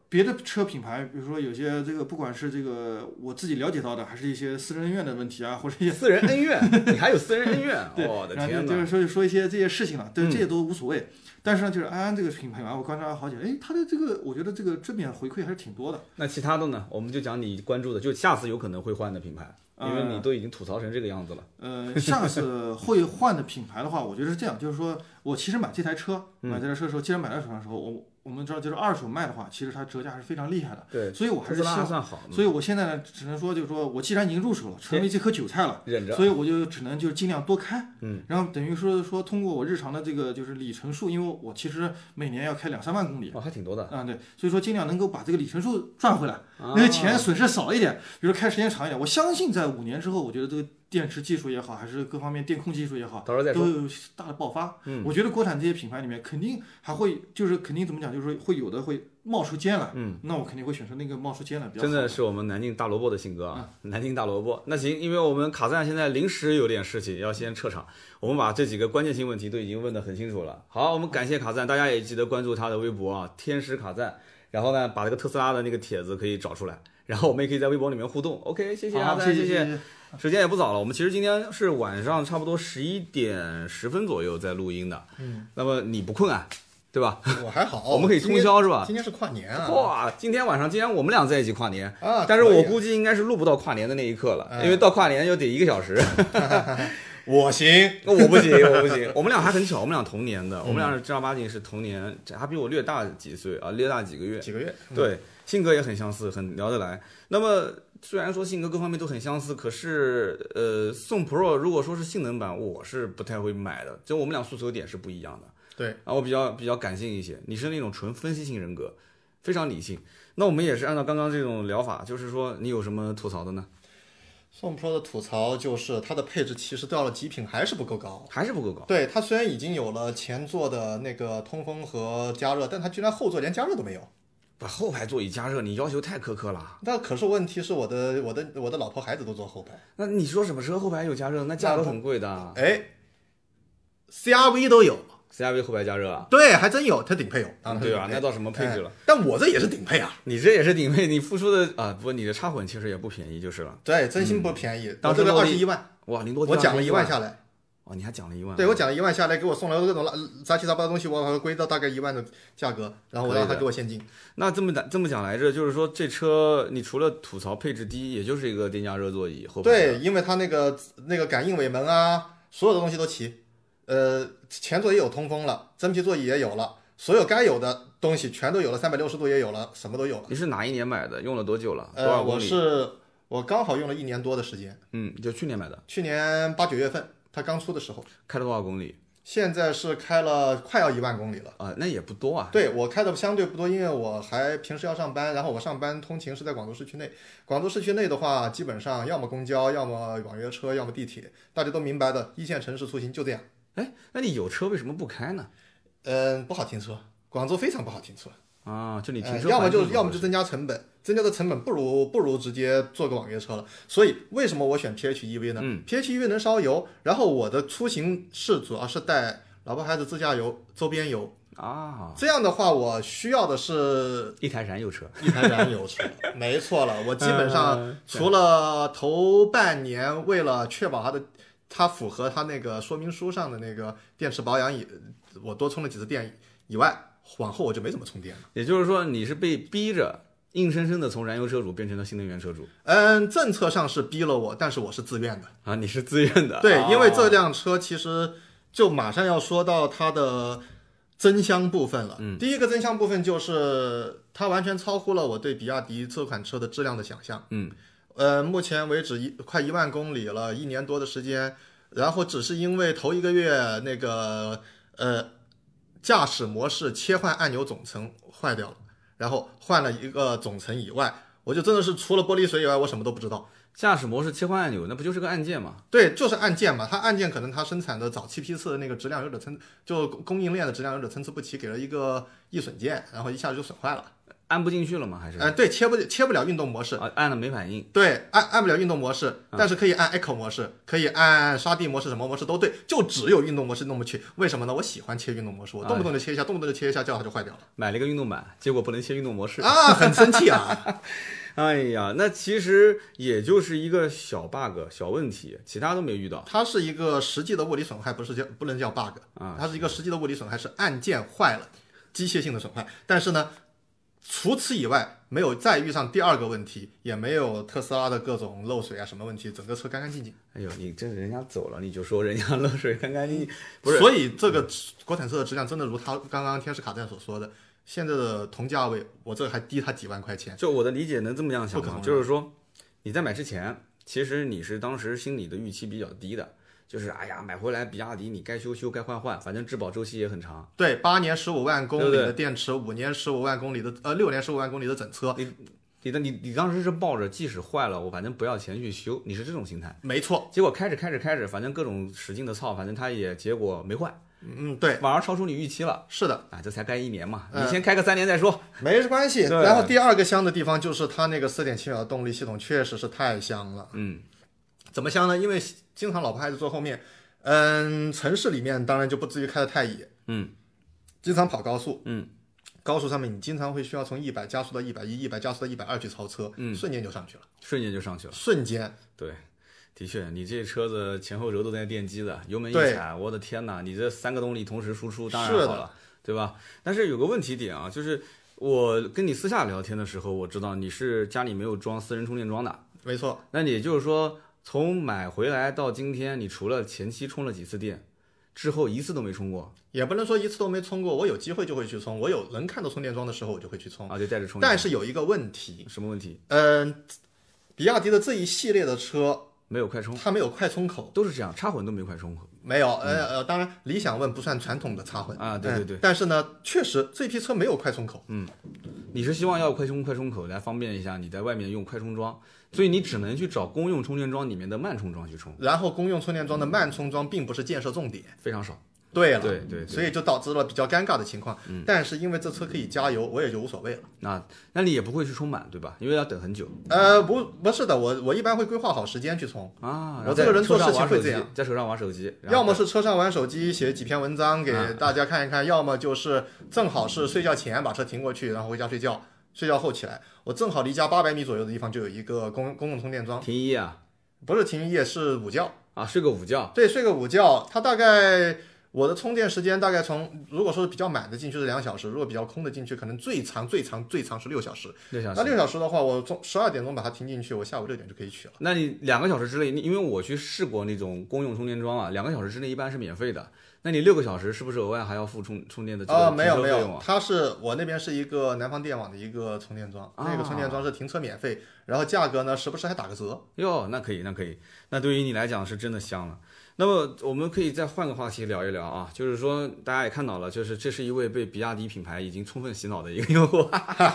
Speaker 2: 别的车品牌，比如说有些这个，不管是这个我自己了解到的，还是一些私人恩怨的问题啊，或者一些
Speaker 1: 私人恩 怨，你还有私人恩怨，啊哦我的
Speaker 2: 然后
Speaker 1: 天
Speaker 2: 就就是
Speaker 1: 哪！嗯
Speaker 2: 说说一些这些事情了，对，这些都无所谓。但是呢，就是安安这个品牌嘛，我观察了好久，哎，它的这个我觉得这个正面回馈还是挺多的。
Speaker 1: 那其他的呢？我们就讲你关注的，就下次有可能会换的品牌，因为
Speaker 2: 嗯
Speaker 1: 你都已经吐槽成这个样子了。
Speaker 2: 呃，下次会换的品牌的话，我觉得是这样，就是说我其实买这台车，
Speaker 1: 嗯
Speaker 2: 买这台车的时候，既然买到手上的时候，我我们知道就是二手卖的话，其实它折价还是非常厉害的。
Speaker 1: 对，
Speaker 2: 所以我还是
Speaker 1: 特斯
Speaker 2: 希
Speaker 1: 拉还
Speaker 2: 望，
Speaker 1: 算好，哎
Speaker 2: 所以我现在呢，只能说就是说我既然已经入手了，成为这颗韭菜了。
Speaker 1: 忍着。
Speaker 2: 所以我就只能就尽量多开，
Speaker 1: 嗯，
Speaker 2: 然后等于说说通过我日常的这个就是里程数，因为我其实每年要开两三万公里，
Speaker 1: 哦，还挺多的。
Speaker 2: 啊对，所以说尽量能够把这个里程数赚回来，
Speaker 1: 啊
Speaker 2: 那个钱损失少一点，比如说开时间长一点，我相信在五年之后，我觉得这个电池技术也好，还是各方面电控技术也好，
Speaker 1: 到时候再
Speaker 2: 都
Speaker 1: 说。
Speaker 2: 有大的爆发。
Speaker 1: 嗯
Speaker 2: 我觉得国产这些品牌里面肯定还会就是肯定怎么讲，就是说会有的会冒出尖来，
Speaker 1: 嗯，
Speaker 2: 那我肯定会选择那个冒出尖来比较好。嗯
Speaker 1: 真的是我们南京大萝卜的性格啊，南京大萝卜。那行，因为我们卡赞现在临时有点事情，要先撤场。我们把这几个关键性问题都已经问得很清楚了。好，我们感谢卡赞，大家也记得关注他的微博啊，天使卡赞。然后呢，把这个特斯拉的那个帖子可以找出来，然后我们也可以在微博里面互动。OK，谢谢阿
Speaker 2: 好，
Speaker 1: 赞，
Speaker 2: 谢谢
Speaker 1: 谢
Speaker 2: 谢。
Speaker 1: 时间也不早了，我们其实今天是晚上差不多十一点十分左右在录音的。嗯，那么你不困啊，对吧？
Speaker 3: 我还好，
Speaker 2: 哦
Speaker 1: 我们可以
Speaker 3: 今天
Speaker 1: 通宵是吧
Speaker 3: 今天是跨年啊，
Speaker 1: 哇，今天晚上竟然我们俩在一起跨年
Speaker 3: 啊
Speaker 1: 但是
Speaker 3: 可以
Speaker 1: 我
Speaker 3: 啊
Speaker 1: 估计应该是录不到跨年的那一刻了，
Speaker 3: 哎
Speaker 1: 因为到跨年又得一个小时。
Speaker 3: 我行，
Speaker 1: 那我不行，我不行。我们俩还很巧，我们俩同年的，我们俩是正儿八经是同年，这还比我略大几岁啊，略大几个月。
Speaker 3: 几个月，
Speaker 1: 对，性格也很相似，很聊得来。那么虽然说性格各方面都很相似，可是呃，宋 Pro 如果说是性能版，我是不太会买的，就我们俩诉求点是不一样的。
Speaker 3: 对，
Speaker 1: 啊，我比较比较感性一些，你是那种纯分析性人格，非常理性。那我们也是按照刚刚这种疗法，就是说你有什么吐槽的呢？
Speaker 3: 宋 Pro 的吐槽就是它的配置其实到了极品还是不够高。
Speaker 1: 还是不够高？
Speaker 3: 对它虽然已经有了前座的那个通风和加热，但它居然后座连加热都没有。
Speaker 1: 把后排座椅加热，你要求太苛刻了。
Speaker 3: 但可是问题是我的我的我的老婆孩子都坐后排，
Speaker 1: 那你说什么车后排有加热？那价格很贵的啊
Speaker 3: 哎，CRV 都有，
Speaker 1: ，CRV 后排加热啊？嗯
Speaker 3: 对，还真有，它顶配有，当然是
Speaker 1: 啊对吧？
Speaker 3: 顶配
Speaker 1: 那到什么配置了？
Speaker 3: 哎但我这也是顶配啊，
Speaker 1: 你这也是顶配，你付出的啊，不，你的插混其实也不便宜，就是了。
Speaker 3: 对，真心不便宜，
Speaker 1: 嗯当
Speaker 3: 我
Speaker 1: 时
Speaker 3: 这个
Speaker 1: 落
Speaker 3: 二
Speaker 1: 地
Speaker 3: 十一万，
Speaker 1: 哇，你落地
Speaker 3: 我讲了一
Speaker 1: 21
Speaker 3: 万下来，
Speaker 1: 哦，你还讲了一万，
Speaker 3: 对我讲了一万下来，给我送来各种乱杂七杂八的东西，我把它归到大概一万的价格，然后我让
Speaker 1: 可以
Speaker 3: 他
Speaker 1: 的
Speaker 3: 给我现金，
Speaker 1: 那这么讲这么讲来着，就是说这车你除了吐槽配置低，也就是一个电加热座椅后排，
Speaker 3: 对，，因为它那个那个感应尾门啊，所有的东西都齐，呃，前座也有通风了，真皮座椅也有了，所有该有的东西全都有了，三百六十度也有了，什么都有了。
Speaker 1: 你是哪一年买的？用了多久了？啊多
Speaker 3: 呃，
Speaker 1: 少
Speaker 3: 我
Speaker 1: 公里？
Speaker 3: 是我刚好用了一年多的时间，
Speaker 1: 嗯，就去年买的，
Speaker 3: 去年八九月份它刚出的时候，
Speaker 1: 开了多少公里
Speaker 3: 现在是开了快要一万公里了。
Speaker 1: 啊、那也不多啊。
Speaker 3: 对我开的相对不多，因为我还平时要上班，然后我上班通勤是在广州市区内。广州市区内的话，基本上要么公交，要么网约车，要么地铁，大家都明白的，一线城市出行就这样。
Speaker 1: 哎，那你有车为什么不开呢？
Speaker 3: 嗯，不好停车，广州非常不好停车。
Speaker 1: 啊，就你停
Speaker 3: 呃
Speaker 1: 车、
Speaker 3: 要么就要么就增加成本，增加的成本不如不如直接做个网约车了。所以为什么我选 PHEV 呢、
Speaker 1: 嗯
Speaker 3: p h e v 能烧油，然后我的出行是主要是带老婆孩子自驾游、周边游。
Speaker 1: 啊，
Speaker 3: 这样的话，我需要的是
Speaker 1: 一台燃油车。
Speaker 3: 一台燃油车，没错了。我基本
Speaker 1: 呃
Speaker 3: 上除了头半年为了确保它的它符合它那个说明书上的那个电池保养以，我多充了几次电以外，往后我就没怎么充电了。
Speaker 1: 也就是说，你是被逼着硬生生的从燃油车主变成了新能源车主
Speaker 3: 嗯，政策上是逼了我，但是我是自愿的。
Speaker 1: 啊，你是自愿的。
Speaker 3: 对，因为这
Speaker 1: 哦
Speaker 3: 辆车其实就马上要说到它的增香部分了。
Speaker 1: 嗯
Speaker 3: 第一个增香部分就是它完全超乎了我对比亚迪这款车的质量的想象。
Speaker 1: 嗯，
Speaker 3: 呃，目前为止一快一万公里了，一年多的时间，然后只是因为头一个月那个呃驾驶模式切换按钮总成坏掉了，然后换了一个总成以外，我就真的是除了玻璃水以外，我什么都不知道。
Speaker 1: 驾驶模式切换按钮，那不就是个按键吗？
Speaker 3: 对，就是按键嘛，它按键可能它生产的早期批次的那个质量有点参，就供应链的质量有点参差不齐，给了一个易损键，然后一下子就损坏了。
Speaker 1: 按不进去了吗？还是
Speaker 3: 哎，对，切不切不了运动模式，
Speaker 1: 啊按了没反应？
Speaker 3: 对，按按不了运动模式，但是可以按 echo 模式，可以按沙地模式，什么模式都对，就只有运动模式弄不去。为什么呢？我喜欢切运动模式，我动不动就切一下，动不动就切一下，这样它就坏掉了
Speaker 1: 买了一个运动板，结果不能切运动模式。
Speaker 3: 啊，很生气啊！
Speaker 1: 哎呀，那其实也就是一个小 bug、小问题，其他都没遇到。
Speaker 3: 它是一个实际的物理损害，不是叫不能叫 bug，
Speaker 1: 啊
Speaker 3: 它是一个实际的物理损害，是按键坏了，机械性的损害。但是呢，除此以外，没有再遇上第二个问题，也没有特斯拉的各种漏水啊什么问题，整个车干干净净。
Speaker 1: 哎呦，你这人家走了，你就说人家漏水干干净净，不是？
Speaker 3: 所以这个国产车的质量真的如他刚刚天使卡赞所说的，现在的同价位，我这还低它几万块钱。
Speaker 1: 就我的理解能这么样想
Speaker 3: 不可
Speaker 1: 吗？
Speaker 3: 能啊
Speaker 1: 就是说，你在买之前，其实你是当时心里的预期比较低的，就是哎呀，买回来比亚迪你该修修，该换换，反正质保周期也很长。
Speaker 3: 对，八年十五万公里
Speaker 1: 对不
Speaker 3: 的电池，五年十五万公里的，呃，六年十五万公里的整车，
Speaker 1: 你的你你当时是抱着即使坏了，我反正不要钱去修，你是这种心态。
Speaker 3: 没错。
Speaker 1: 结果开着开着开着，反正各种使劲的操，反正它也结果没坏，
Speaker 3: 嗯，对，
Speaker 1: 反而超出你预期了。
Speaker 3: 是的。
Speaker 1: 啊，这才开一年嘛，
Speaker 3: 嗯
Speaker 1: 你先开个三年再说。
Speaker 3: 没关系。
Speaker 1: 对
Speaker 3: 然后第二个香的地方就是它那个四点七秒的动力系统确实是太香了。
Speaker 1: 嗯，
Speaker 3: 怎么香呢？因为经常老婆孩子坐后面，嗯，城市里面当然就不至于开得太野，
Speaker 1: 嗯，
Speaker 3: 经常跑高速，
Speaker 1: 嗯，
Speaker 3: 高速上面你经常会需要从一百加速到一百一、一百加速到一百二去超车，嗯，瞬间就上去了，
Speaker 1: 瞬间就上去了。
Speaker 3: 瞬间。
Speaker 1: 对，的确，你这车子前后轴都带电机的，油门一
Speaker 3: 对
Speaker 1: 踩，我的天哪，你这三个动力同时输出，当然
Speaker 3: 是的
Speaker 1: 好了，对吧？但是有个问题点啊，就是我跟你私下聊天的时候，我知道你是家里没有装私人充电桩的，
Speaker 3: 没错，
Speaker 1: 那也就是说，从买回来到今天，你除了前期充了几次电，之后一次都没充过
Speaker 3: 也不能说一次都没充过，我有机会就会去充，我有能看到充电桩的时候我就会去充。
Speaker 1: 啊，就带着充电。
Speaker 3: 哦但是有一个问题，
Speaker 1: 什么问题？
Speaker 3: 嗯，比亚迪的这一系列的车，
Speaker 1: 没有快充，
Speaker 3: 它没有快充口。
Speaker 1: 都是这样，插混都没快充。
Speaker 3: 没有，呃呃，当然，理想 ONE 不算传统的插混
Speaker 1: 嗯啊对对对
Speaker 3: 嗯但是呢，确实这批车没有快充口，
Speaker 1: 你是希望要快充快充口来方便一下你在外面用快充桩，所以你只能去找公用充电桩里面的慢充桩去充，
Speaker 3: 然后公用充电桩的慢充桩并不是建设重点。
Speaker 1: 非常少。
Speaker 3: 对了，
Speaker 1: 对对对嗯
Speaker 3: 所以就导致了比较尴尬的情况。但是因为这车可以加油，我也就无所谓了。
Speaker 1: 那那你也不会去充满，对吧？因为要等很久
Speaker 3: 呃，不，不是的，我我一般会规划好时间去充，
Speaker 1: 啊。然后
Speaker 3: 我这个
Speaker 1: 在
Speaker 3: 人做
Speaker 1: 车上
Speaker 3: 事情
Speaker 1: 玩手
Speaker 3: 会这
Speaker 1: 机
Speaker 3: 样，
Speaker 1: 在车上玩手机，然后
Speaker 3: 要么是车上玩手机写几篇文章给
Speaker 1: 啊
Speaker 3: 大家看一看，要么就是正好是睡觉前把车停过去，然后回家睡觉，睡觉后起来，我正好离家八百米左右的地方就有一个公公共充电桩，
Speaker 1: 停一夜啊
Speaker 3: 不是停一夜是午觉。
Speaker 1: 啊，睡个午觉
Speaker 3: 对，睡个午觉，它大概我的充电时间大概从，如果说是比较满的进去是两小时，如果比较空的进去，可能最长最长最长是六小时。
Speaker 1: 六小
Speaker 3: 那
Speaker 1: 时。
Speaker 3: 六小时的话，我从十二点钟把它停进去，我下午六点就可以取了。
Speaker 1: 那你两个小时之内，你因为我去试过那种公用充电桩啊，两个小时之内一般是免费的。那你六个小时是不是额外还要付充充电的这个
Speaker 3: 啊、没有
Speaker 1: 停车
Speaker 3: 没
Speaker 1: 费用
Speaker 3: 有，
Speaker 1: 啊？
Speaker 3: 它是我那边是一个南方电网的一个充电
Speaker 1: 啊
Speaker 3: 桩，那个充电桩是停车免费，然后价格呢时不时还打个折。
Speaker 1: 哟，那可以，那可以，那对于你来讲是真的香了。那么我们可以再换个话题聊一聊啊，就是说大家也看到了，就是这是一位被比亚迪品牌已经充分洗脑的一个用户，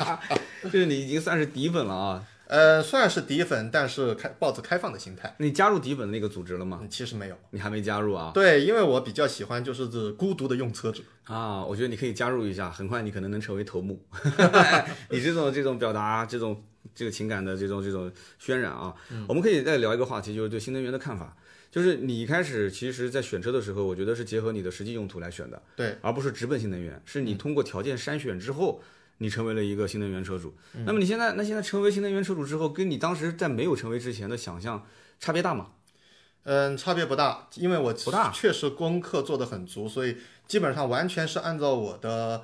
Speaker 1: 就是你已经算是底粉了啊。
Speaker 3: 呃，算是底粉，但是开抱着开放的心态，
Speaker 1: 你加入底粉那个组织了吗？
Speaker 3: 嗯，其实没有。
Speaker 1: 你还没加入啊？
Speaker 3: 对，因为我比较喜欢就是这孤独的用车者。
Speaker 1: 啊，我觉得你可以加入一下，很快你可能能成为头目。 你这种这种表达，这种这个情感的这种这种渲染啊，我们可以再聊一个话题，就是对新能源的看法。就是你一开始其实，在选车的时候，我觉得是结合你的实际用途来选的，
Speaker 3: 对，
Speaker 1: 而不是直奔新能源，是你通过条件筛选之后。你成为了一个新能源车主，那么你现在那现在成为新能源车主之后，跟你当时在没有成为之前的想象差别大吗？
Speaker 3: 嗯，差别不大，因为我
Speaker 1: 不大
Speaker 3: 确实功课做得很足，所以基本上完全是按照我的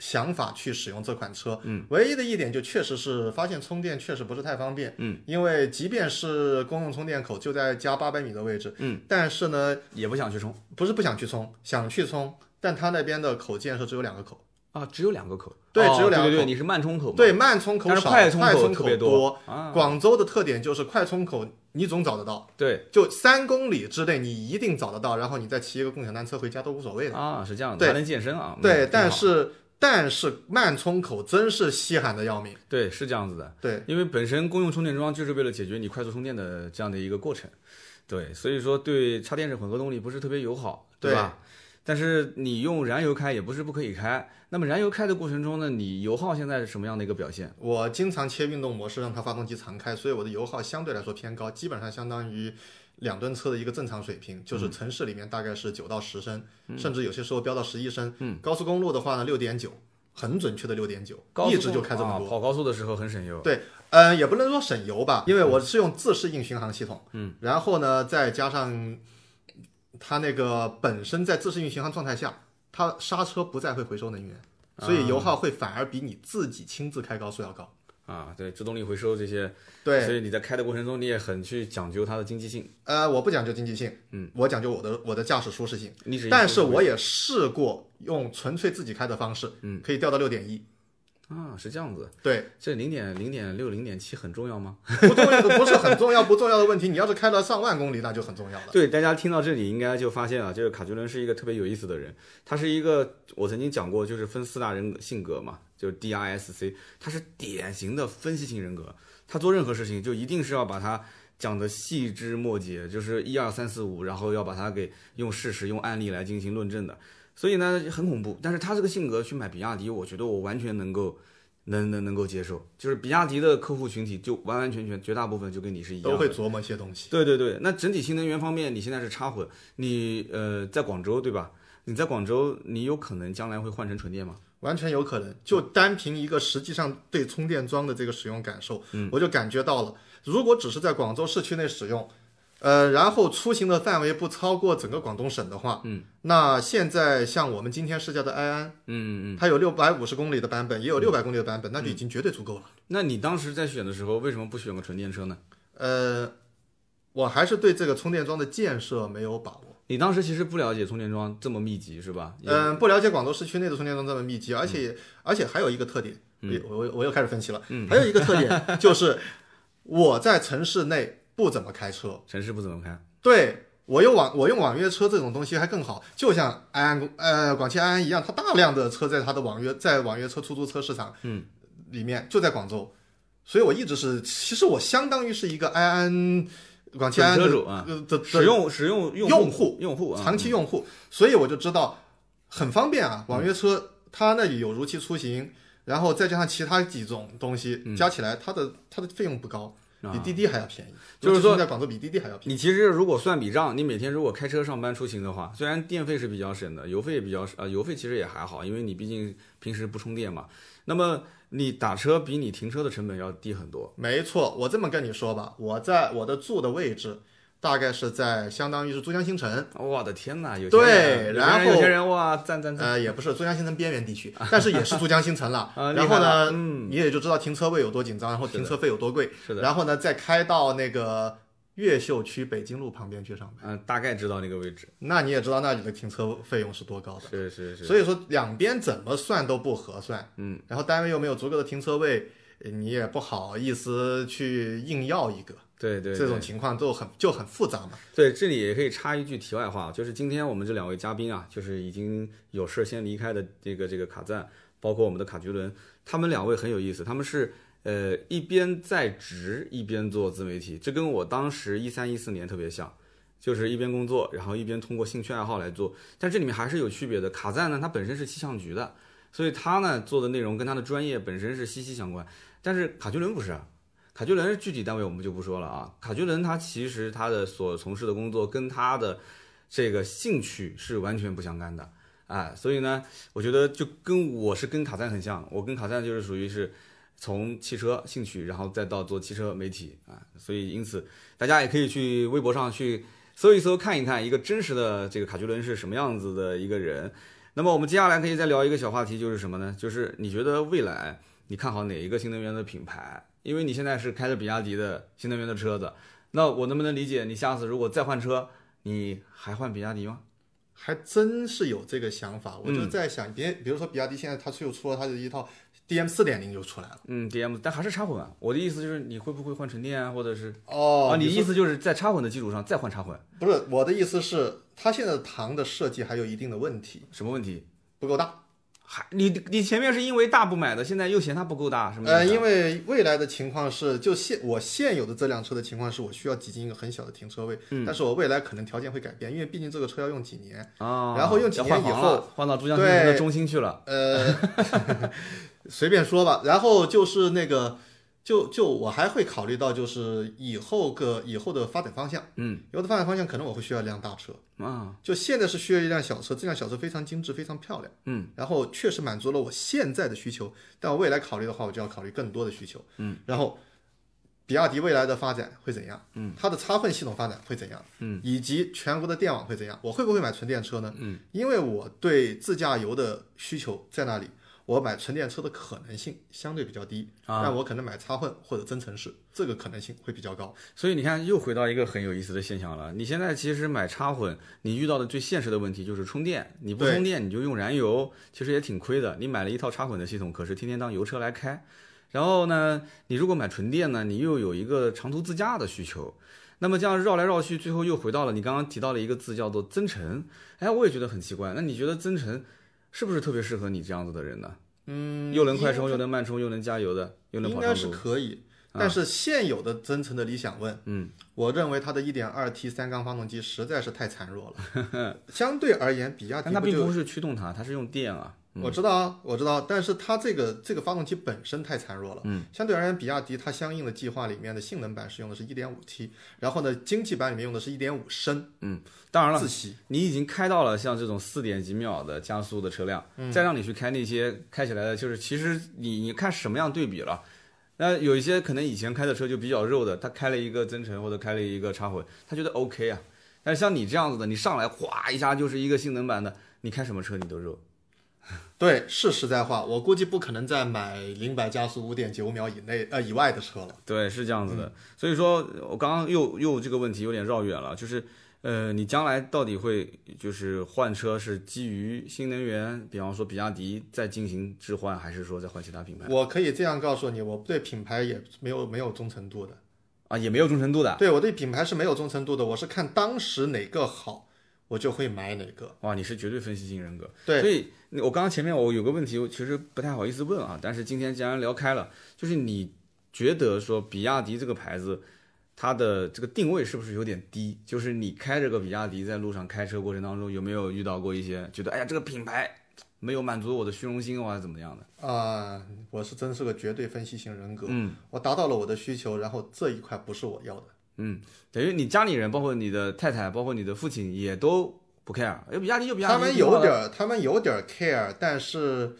Speaker 3: 想法去使用这款车。嗯，唯一的一点就确实是发现充电确实不是太方便。嗯，因为即便是公用充电口就在家八百米的位置。嗯，但是呢，
Speaker 1: 也不想去充
Speaker 3: 不是不想去充，想去充，但它那边的口径是只有两个口。
Speaker 1: 啊，只有两个口，
Speaker 3: 对
Speaker 1: 哦
Speaker 3: 只有两个
Speaker 1: 对对对，
Speaker 3: 口
Speaker 1: 你是慢充口嘛，
Speaker 3: 对，慢充口
Speaker 1: 但是
Speaker 3: 少，
Speaker 1: 快
Speaker 3: 快
Speaker 1: 充口
Speaker 3: 口
Speaker 1: 特别多嗯
Speaker 3: 多。广州的特点就是快充口你总找得到。
Speaker 1: 对，
Speaker 3: 就三公里之内，你一定找得到，然后你再骑一个共享单车回家都无所谓的。
Speaker 1: 啊，是这样的，
Speaker 3: 对
Speaker 1: 还能健身啊。嗯
Speaker 3: 对，
Speaker 1: 挺好
Speaker 3: 但是但是慢充口真是稀罕的要命。
Speaker 1: 对是这样子的，
Speaker 3: 对，
Speaker 1: 因为本身公用充电桩就是为了解决你快速充电的这样的一个过程，对，所以说对插电式混合动力不是特别友好，
Speaker 3: 对
Speaker 1: 吧？但是你用燃油开也不是不可以开。那么燃油开的过程中呢，你油耗现在是什么样的一个表现？
Speaker 3: 我经常切运动模式，让它发动机常开，所以我的油耗相对来说偏高，基本上相当于两吨车的一个正常水平，就是
Speaker 1: 嗯
Speaker 3: 城市里面大概是九到十升，甚至有些时候飙到十一升。嗯，高速公路的话呢，六点九，很准确的六点九，
Speaker 1: 高速
Speaker 3: 一直就开这么
Speaker 1: 啊
Speaker 3: 多。
Speaker 1: 跑高速的时候很省油。
Speaker 3: 对，呃，也不能说省油吧，因为我是用自适应巡航系统，嗯，然后呢，再加上它那个本身在自适应巡航状态下，它刹车不再会回收能源，所以油耗会反而比你自己亲自开高速要高。
Speaker 1: 啊，对，制动力回收这些，
Speaker 3: 对，
Speaker 1: 所以你在开的过程中，你也很去讲究它的经济性。
Speaker 3: 呃，我不讲究经济性，嗯，我讲究我的我的驾驶舒适性，
Speaker 1: 你只
Speaker 3: 但是我也试过用纯粹自己开的方式，嗯，可以掉到六点一，
Speaker 1: 啊，是这样子，
Speaker 3: 对，
Speaker 1: 这零点零点六零点七很重要吗？
Speaker 3: 不重要，不是很重要，不重要的问题，你要是开了上万公里，那就很重要了。
Speaker 1: 对，大家听到这里应该就发现啊，这个卡杰伦是一个特别有意思的人。他是一个我曾经讲过，就是分四大人格性格嘛，就是 DISC，他是典型的分析型人格。他做任何事情就一定是要把它讲的细枝末节，就是一二三四五，然后要把它给用事实、用案例来进行论证的。所以呢，很恐怖。但是他这个性格去买比亚迪，我觉得我完全能够。能能能够接受，就是比亚迪的客户群体就完完全全绝大部分就跟你是一样的，
Speaker 3: 都会琢磨 一些东西。
Speaker 1: 对对对，那整体新能源方面，你现在是插混，你呃在广州对吧？你在广州，你有可能将来会换成纯电吗？
Speaker 3: 完全有可能。就单凭一个实际上对充电桩的这个使用感受，我就感觉到了。如果只是在广州市区内使用，呃，然后出行的范围不超过整个广东省的话，嗯，那现在像我们今天试驾的埃安，嗯嗯，嗯它有六百五十公里的版本，也有六百公里的版本，那就已经绝对足够了。
Speaker 1: 那你当时在选的时候，为什么不选个纯电车呢？
Speaker 3: 呃，我还是对这个充电桩的建设没有把握。
Speaker 1: 你当时其实不了解充电桩这么密集是吧？也
Speaker 3: 嗯，不了解广州市区内的充电桩这么密集，而且、而且还有一个特点，
Speaker 1: 嗯
Speaker 3: 我我我又开始分析了， 还有一个特点就是我在城市内不怎么开车，
Speaker 1: 城市不怎么开，
Speaker 3: 对我用网我用网约车这种东西还更好，就像安安公呃广汽安安一样，它大量的车在它的网约在网约车出租车市场嗯里面就在广州，所以我一直是其实我相当于是一个安安广汽安安的
Speaker 1: 准车主啊
Speaker 3: 呃的的
Speaker 1: 使用使用用户
Speaker 3: 用户
Speaker 1: 用户啊，
Speaker 3: 长期用户，所以我就知道很方便啊。网约车它那里有如期出行，然后再加上其他几种东西
Speaker 1: 嗯
Speaker 3: 加起来，它的它的费用不高，比滴滴还要便宜。
Speaker 1: 啊就是说
Speaker 3: 尤其在广州比滴滴还要便宜。
Speaker 1: 你其实如果算笔账，你每天如果开车上班出行的话，虽然电费是比较省的，油费也比较省，呃，油费其实也还好，因为你毕竟平时不充电嘛。那么你打车比你停车的成本要低很多。
Speaker 3: 没错，我这么跟你说吧，我在我的住的位置大概是在相当于是珠江新城，
Speaker 1: 我的天呐，有
Speaker 3: 对
Speaker 1: 钱人
Speaker 3: 然
Speaker 1: 有钱人有
Speaker 3: 后
Speaker 1: 钱人哇，赞赞赞！。
Speaker 3: 呃，也不是珠江新城边缘地区，但是也是珠江新城了
Speaker 1: 啊厉
Speaker 3: 呃然后
Speaker 1: 害了
Speaker 3: 呢，你也就知道停车位有多紧张，然后停车费有多贵。
Speaker 1: 是的
Speaker 3: 然后呢，再开到那个越秀区北京路旁边去上班，
Speaker 1: 嗯、大概知道那个位置，
Speaker 3: 那你也知道那里的停车费用是多高的。
Speaker 1: 是是是，
Speaker 3: 所以说两边怎么算都不合算。嗯，然后单位又没有足够的停车位，呃你也不好意思去硬要一个。
Speaker 1: 对对
Speaker 3: 这
Speaker 1: 对
Speaker 3: 种情况就很就很复杂嘛。
Speaker 1: 对，这里也可以插一句题外话，啊就是今天我们这两位嘉宾啊，就是已经有事先离开的这个这个卡赞，包括我们的卡菊伦，他们两位很有意思，他们是呃一边在职一边做自媒体，这跟我当时一三一四年特别像。就是一边工作，然后一边通过兴趣爱好来做，但这里面还是有区别的。卡赞呢，他本身是气象局的，所以他呢做的内容跟他的专业本身是息息相关。但是卡菊伦不是，啊卡居伦具体单位我们就不说了啊。卡居伦他其实他的所从事的工作跟他的这个兴趣是完全不相干的，哎，所以呢，我觉得就跟我是跟卡赞很像，我跟卡赞就是属于是从汽车兴趣，然后再到做汽车媒体啊，所以因此大家也可以去微博上去搜一搜，看一看一个真实的这个卡居伦是什么样子的一个人。那么我们接下来可以再聊一个小话题，就是什么呢？就是你觉得未来你看好哪一个新能源的品牌？因为你现在是开着比亚迪的新能源的车子，那我能不能理解你下次如果再换车，你还换比亚迪吗？
Speaker 3: 还真是有这个想法，
Speaker 1: 嗯
Speaker 3: 我就在想，别、比如说比亚迪现在它又出了它的一套 DM 四点零就出来了。
Speaker 1: 嗯，DM，但还是插混啊。我的意思就是你会不会换纯电啊，或者是
Speaker 3: 哦
Speaker 1: 啊？你
Speaker 3: 你
Speaker 1: 意
Speaker 3: 说
Speaker 1: 思就是在插混的基础上再换插混，
Speaker 3: 不是我的意思是，它现在的糖的设计还有一定的问题，
Speaker 1: 什么问题？
Speaker 3: 不够大。
Speaker 1: 还你你前面是因为大不买的，现在又嫌它不够大，是吗？
Speaker 3: 呃，因为未来的情况是，就现我现有的这辆车的情况是我需要挤进一个很小的停车位，但是我未来可能条件会改变，因为毕竟这个车要用几年，
Speaker 1: 啊，
Speaker 3: 然后用几
Speaker 1: 要
Speaker 3: 年
Speaker 1: 换
Speaker 3: 以
Speaker 1: 行
Speaker 3: 后
Speaker 1: 了换到珠江新
Speaker 3: 对
Speaker 1: 城的中心去了，
Speaker 3: 呃，随便说吧。然后就是那个，就就我还会考虑到，就是以后个以后的发展方向，
Speaker 1: 嗯，
Speaker 3: 以后的发展方向可能我会需要一辆大车。
Speaker 1: 啊，
Speaker 3: 就现在是需要一辆小车，这辆小车非常精致，非常漂亮，
Speaker 1: 嗯，
Speaker 3: 然后确实满足了我现在的需求，但我未来考虑的话，我就要考虑更多的需求，嗯，然后。比亚迪未来的发展会怎样？嗯，它的插混系统发展会怎样？嗯，以及全国的电网会怎样？我会不会买纯电车呢？嗯，因为我对自驾游的需求在那里，我买纯电车的可能性相对比较低，
Speaker 1: 啊
Speaker 3: 但我可能买插混或者增程式，这个可能性会比较高。
Speaker 1: 所以你看又回到一个很有意思的现象了。你现在其实买插混，你遇到的最现实的问题就是充电，你不
Speaker 3: 对
Speaker 1: 充电你就用燃油，其实也挺亏的。你买了一套插混的系统，可是天天当油车来开。然后呢，你如果买纯电呢，你又有一个长途自驾的需求。那么这样绕来绕去，最后又回到了你刚刚提到了一个字叫做增程。哎，我也觉得很奇怪。那你觉得增程是不是特别适合你这样子的人呢？
Speaker 3: 嗯，
Speaker 1: 又能快
Speaker 3: 因为
Speaker 1: 充，又能慢充，又能加油的，又能
Speaker 3: 应
Speaker 1: 跑
Speaker 3: 该
Speaker 1: 长
Speaker 3: 是
Speaker 1: 途。
Speaker 3: 可以，但是现有的增程的理想 ONE，
Speaker 1: 嗯，
Speaker 3: 我认为它的 1.2T 三缸发动机实在是太孱弱 了。相对而言，比亚迪
Speaker 1: 但它
Speaker 3: 不
Speaker 1: 并
Speaker 3: 就
Speaker 1: 不是驱动它，它是用电啊。
Speaker 3: 我知道啊，我知道，但是它这个这个发动机本身太孱弱了。嗯，相对而言，比亚迪它相应的计划里面的性能版是用的是 1.5T，然后呢，经济版里面用的是1.5升，
Speaker 1: 当然了，
Speaker 3: 自吸。
Speaker 1: 你已经开到了像这种四点几秒的加速的车辆，再让你去开那些开起来的，就是其实你你看什么样对比了。那有一些可能以前开的车就比较肉的，他开了一个增程或者开了一个插混，他觉得 OK 啊。但是像你这样子的，你上来哗一下就是一个性能版的，你开什么车你都肉。
Speaker 3: 对，是实在话，我估计不可能再买零百加速5.9秒以内呃以外的车了。
Speaker 1: 对，是这样子的。所以说我刚刚又又这个问题有点绕远了，就是呃，你将来到底会就是换车是基于新能源，比方说比亚迪再进行置换，还是说再换其他品牌
Speaker 3: 我可以这样告诉你，我对品牌也没有没有忠诚度的。
Speaker 1: 啊？也没有忠诚度的。
Speaker 3: 对我对品牌是没有忠诚度的，我是看当时哪个好，我就会买哪个。
Speaker 1: 哇，你是绝对分析型人格。
Speaker 3: 对
Speaker 1: 所以那我刚刚前面我有个问题，我其实不太好意思问啊，但是今天既然聊开了，就是你觉得说比亚迪这个牌子，它的这个定位是不是有点低？就是你开着个比亚迪在路上开车过程当中，有没有遇到过一些觉得哎呀这个品牌没有满足我的虚荣心或者怎么样的？
Speaker 3: 啊、我是真是个绝对分析型人格，
Speaker 1: 嗯，
Speaker 3: 我达到了我的需求，然后这一块不是我要的，
Speaker 1: 嗯，等于你家里人，包括你的太太，包括你的父亲，也都不 care，哎，比亚迪就比亚迪。
Speaker 3: 他们有点儿，他们有点儿 care，但是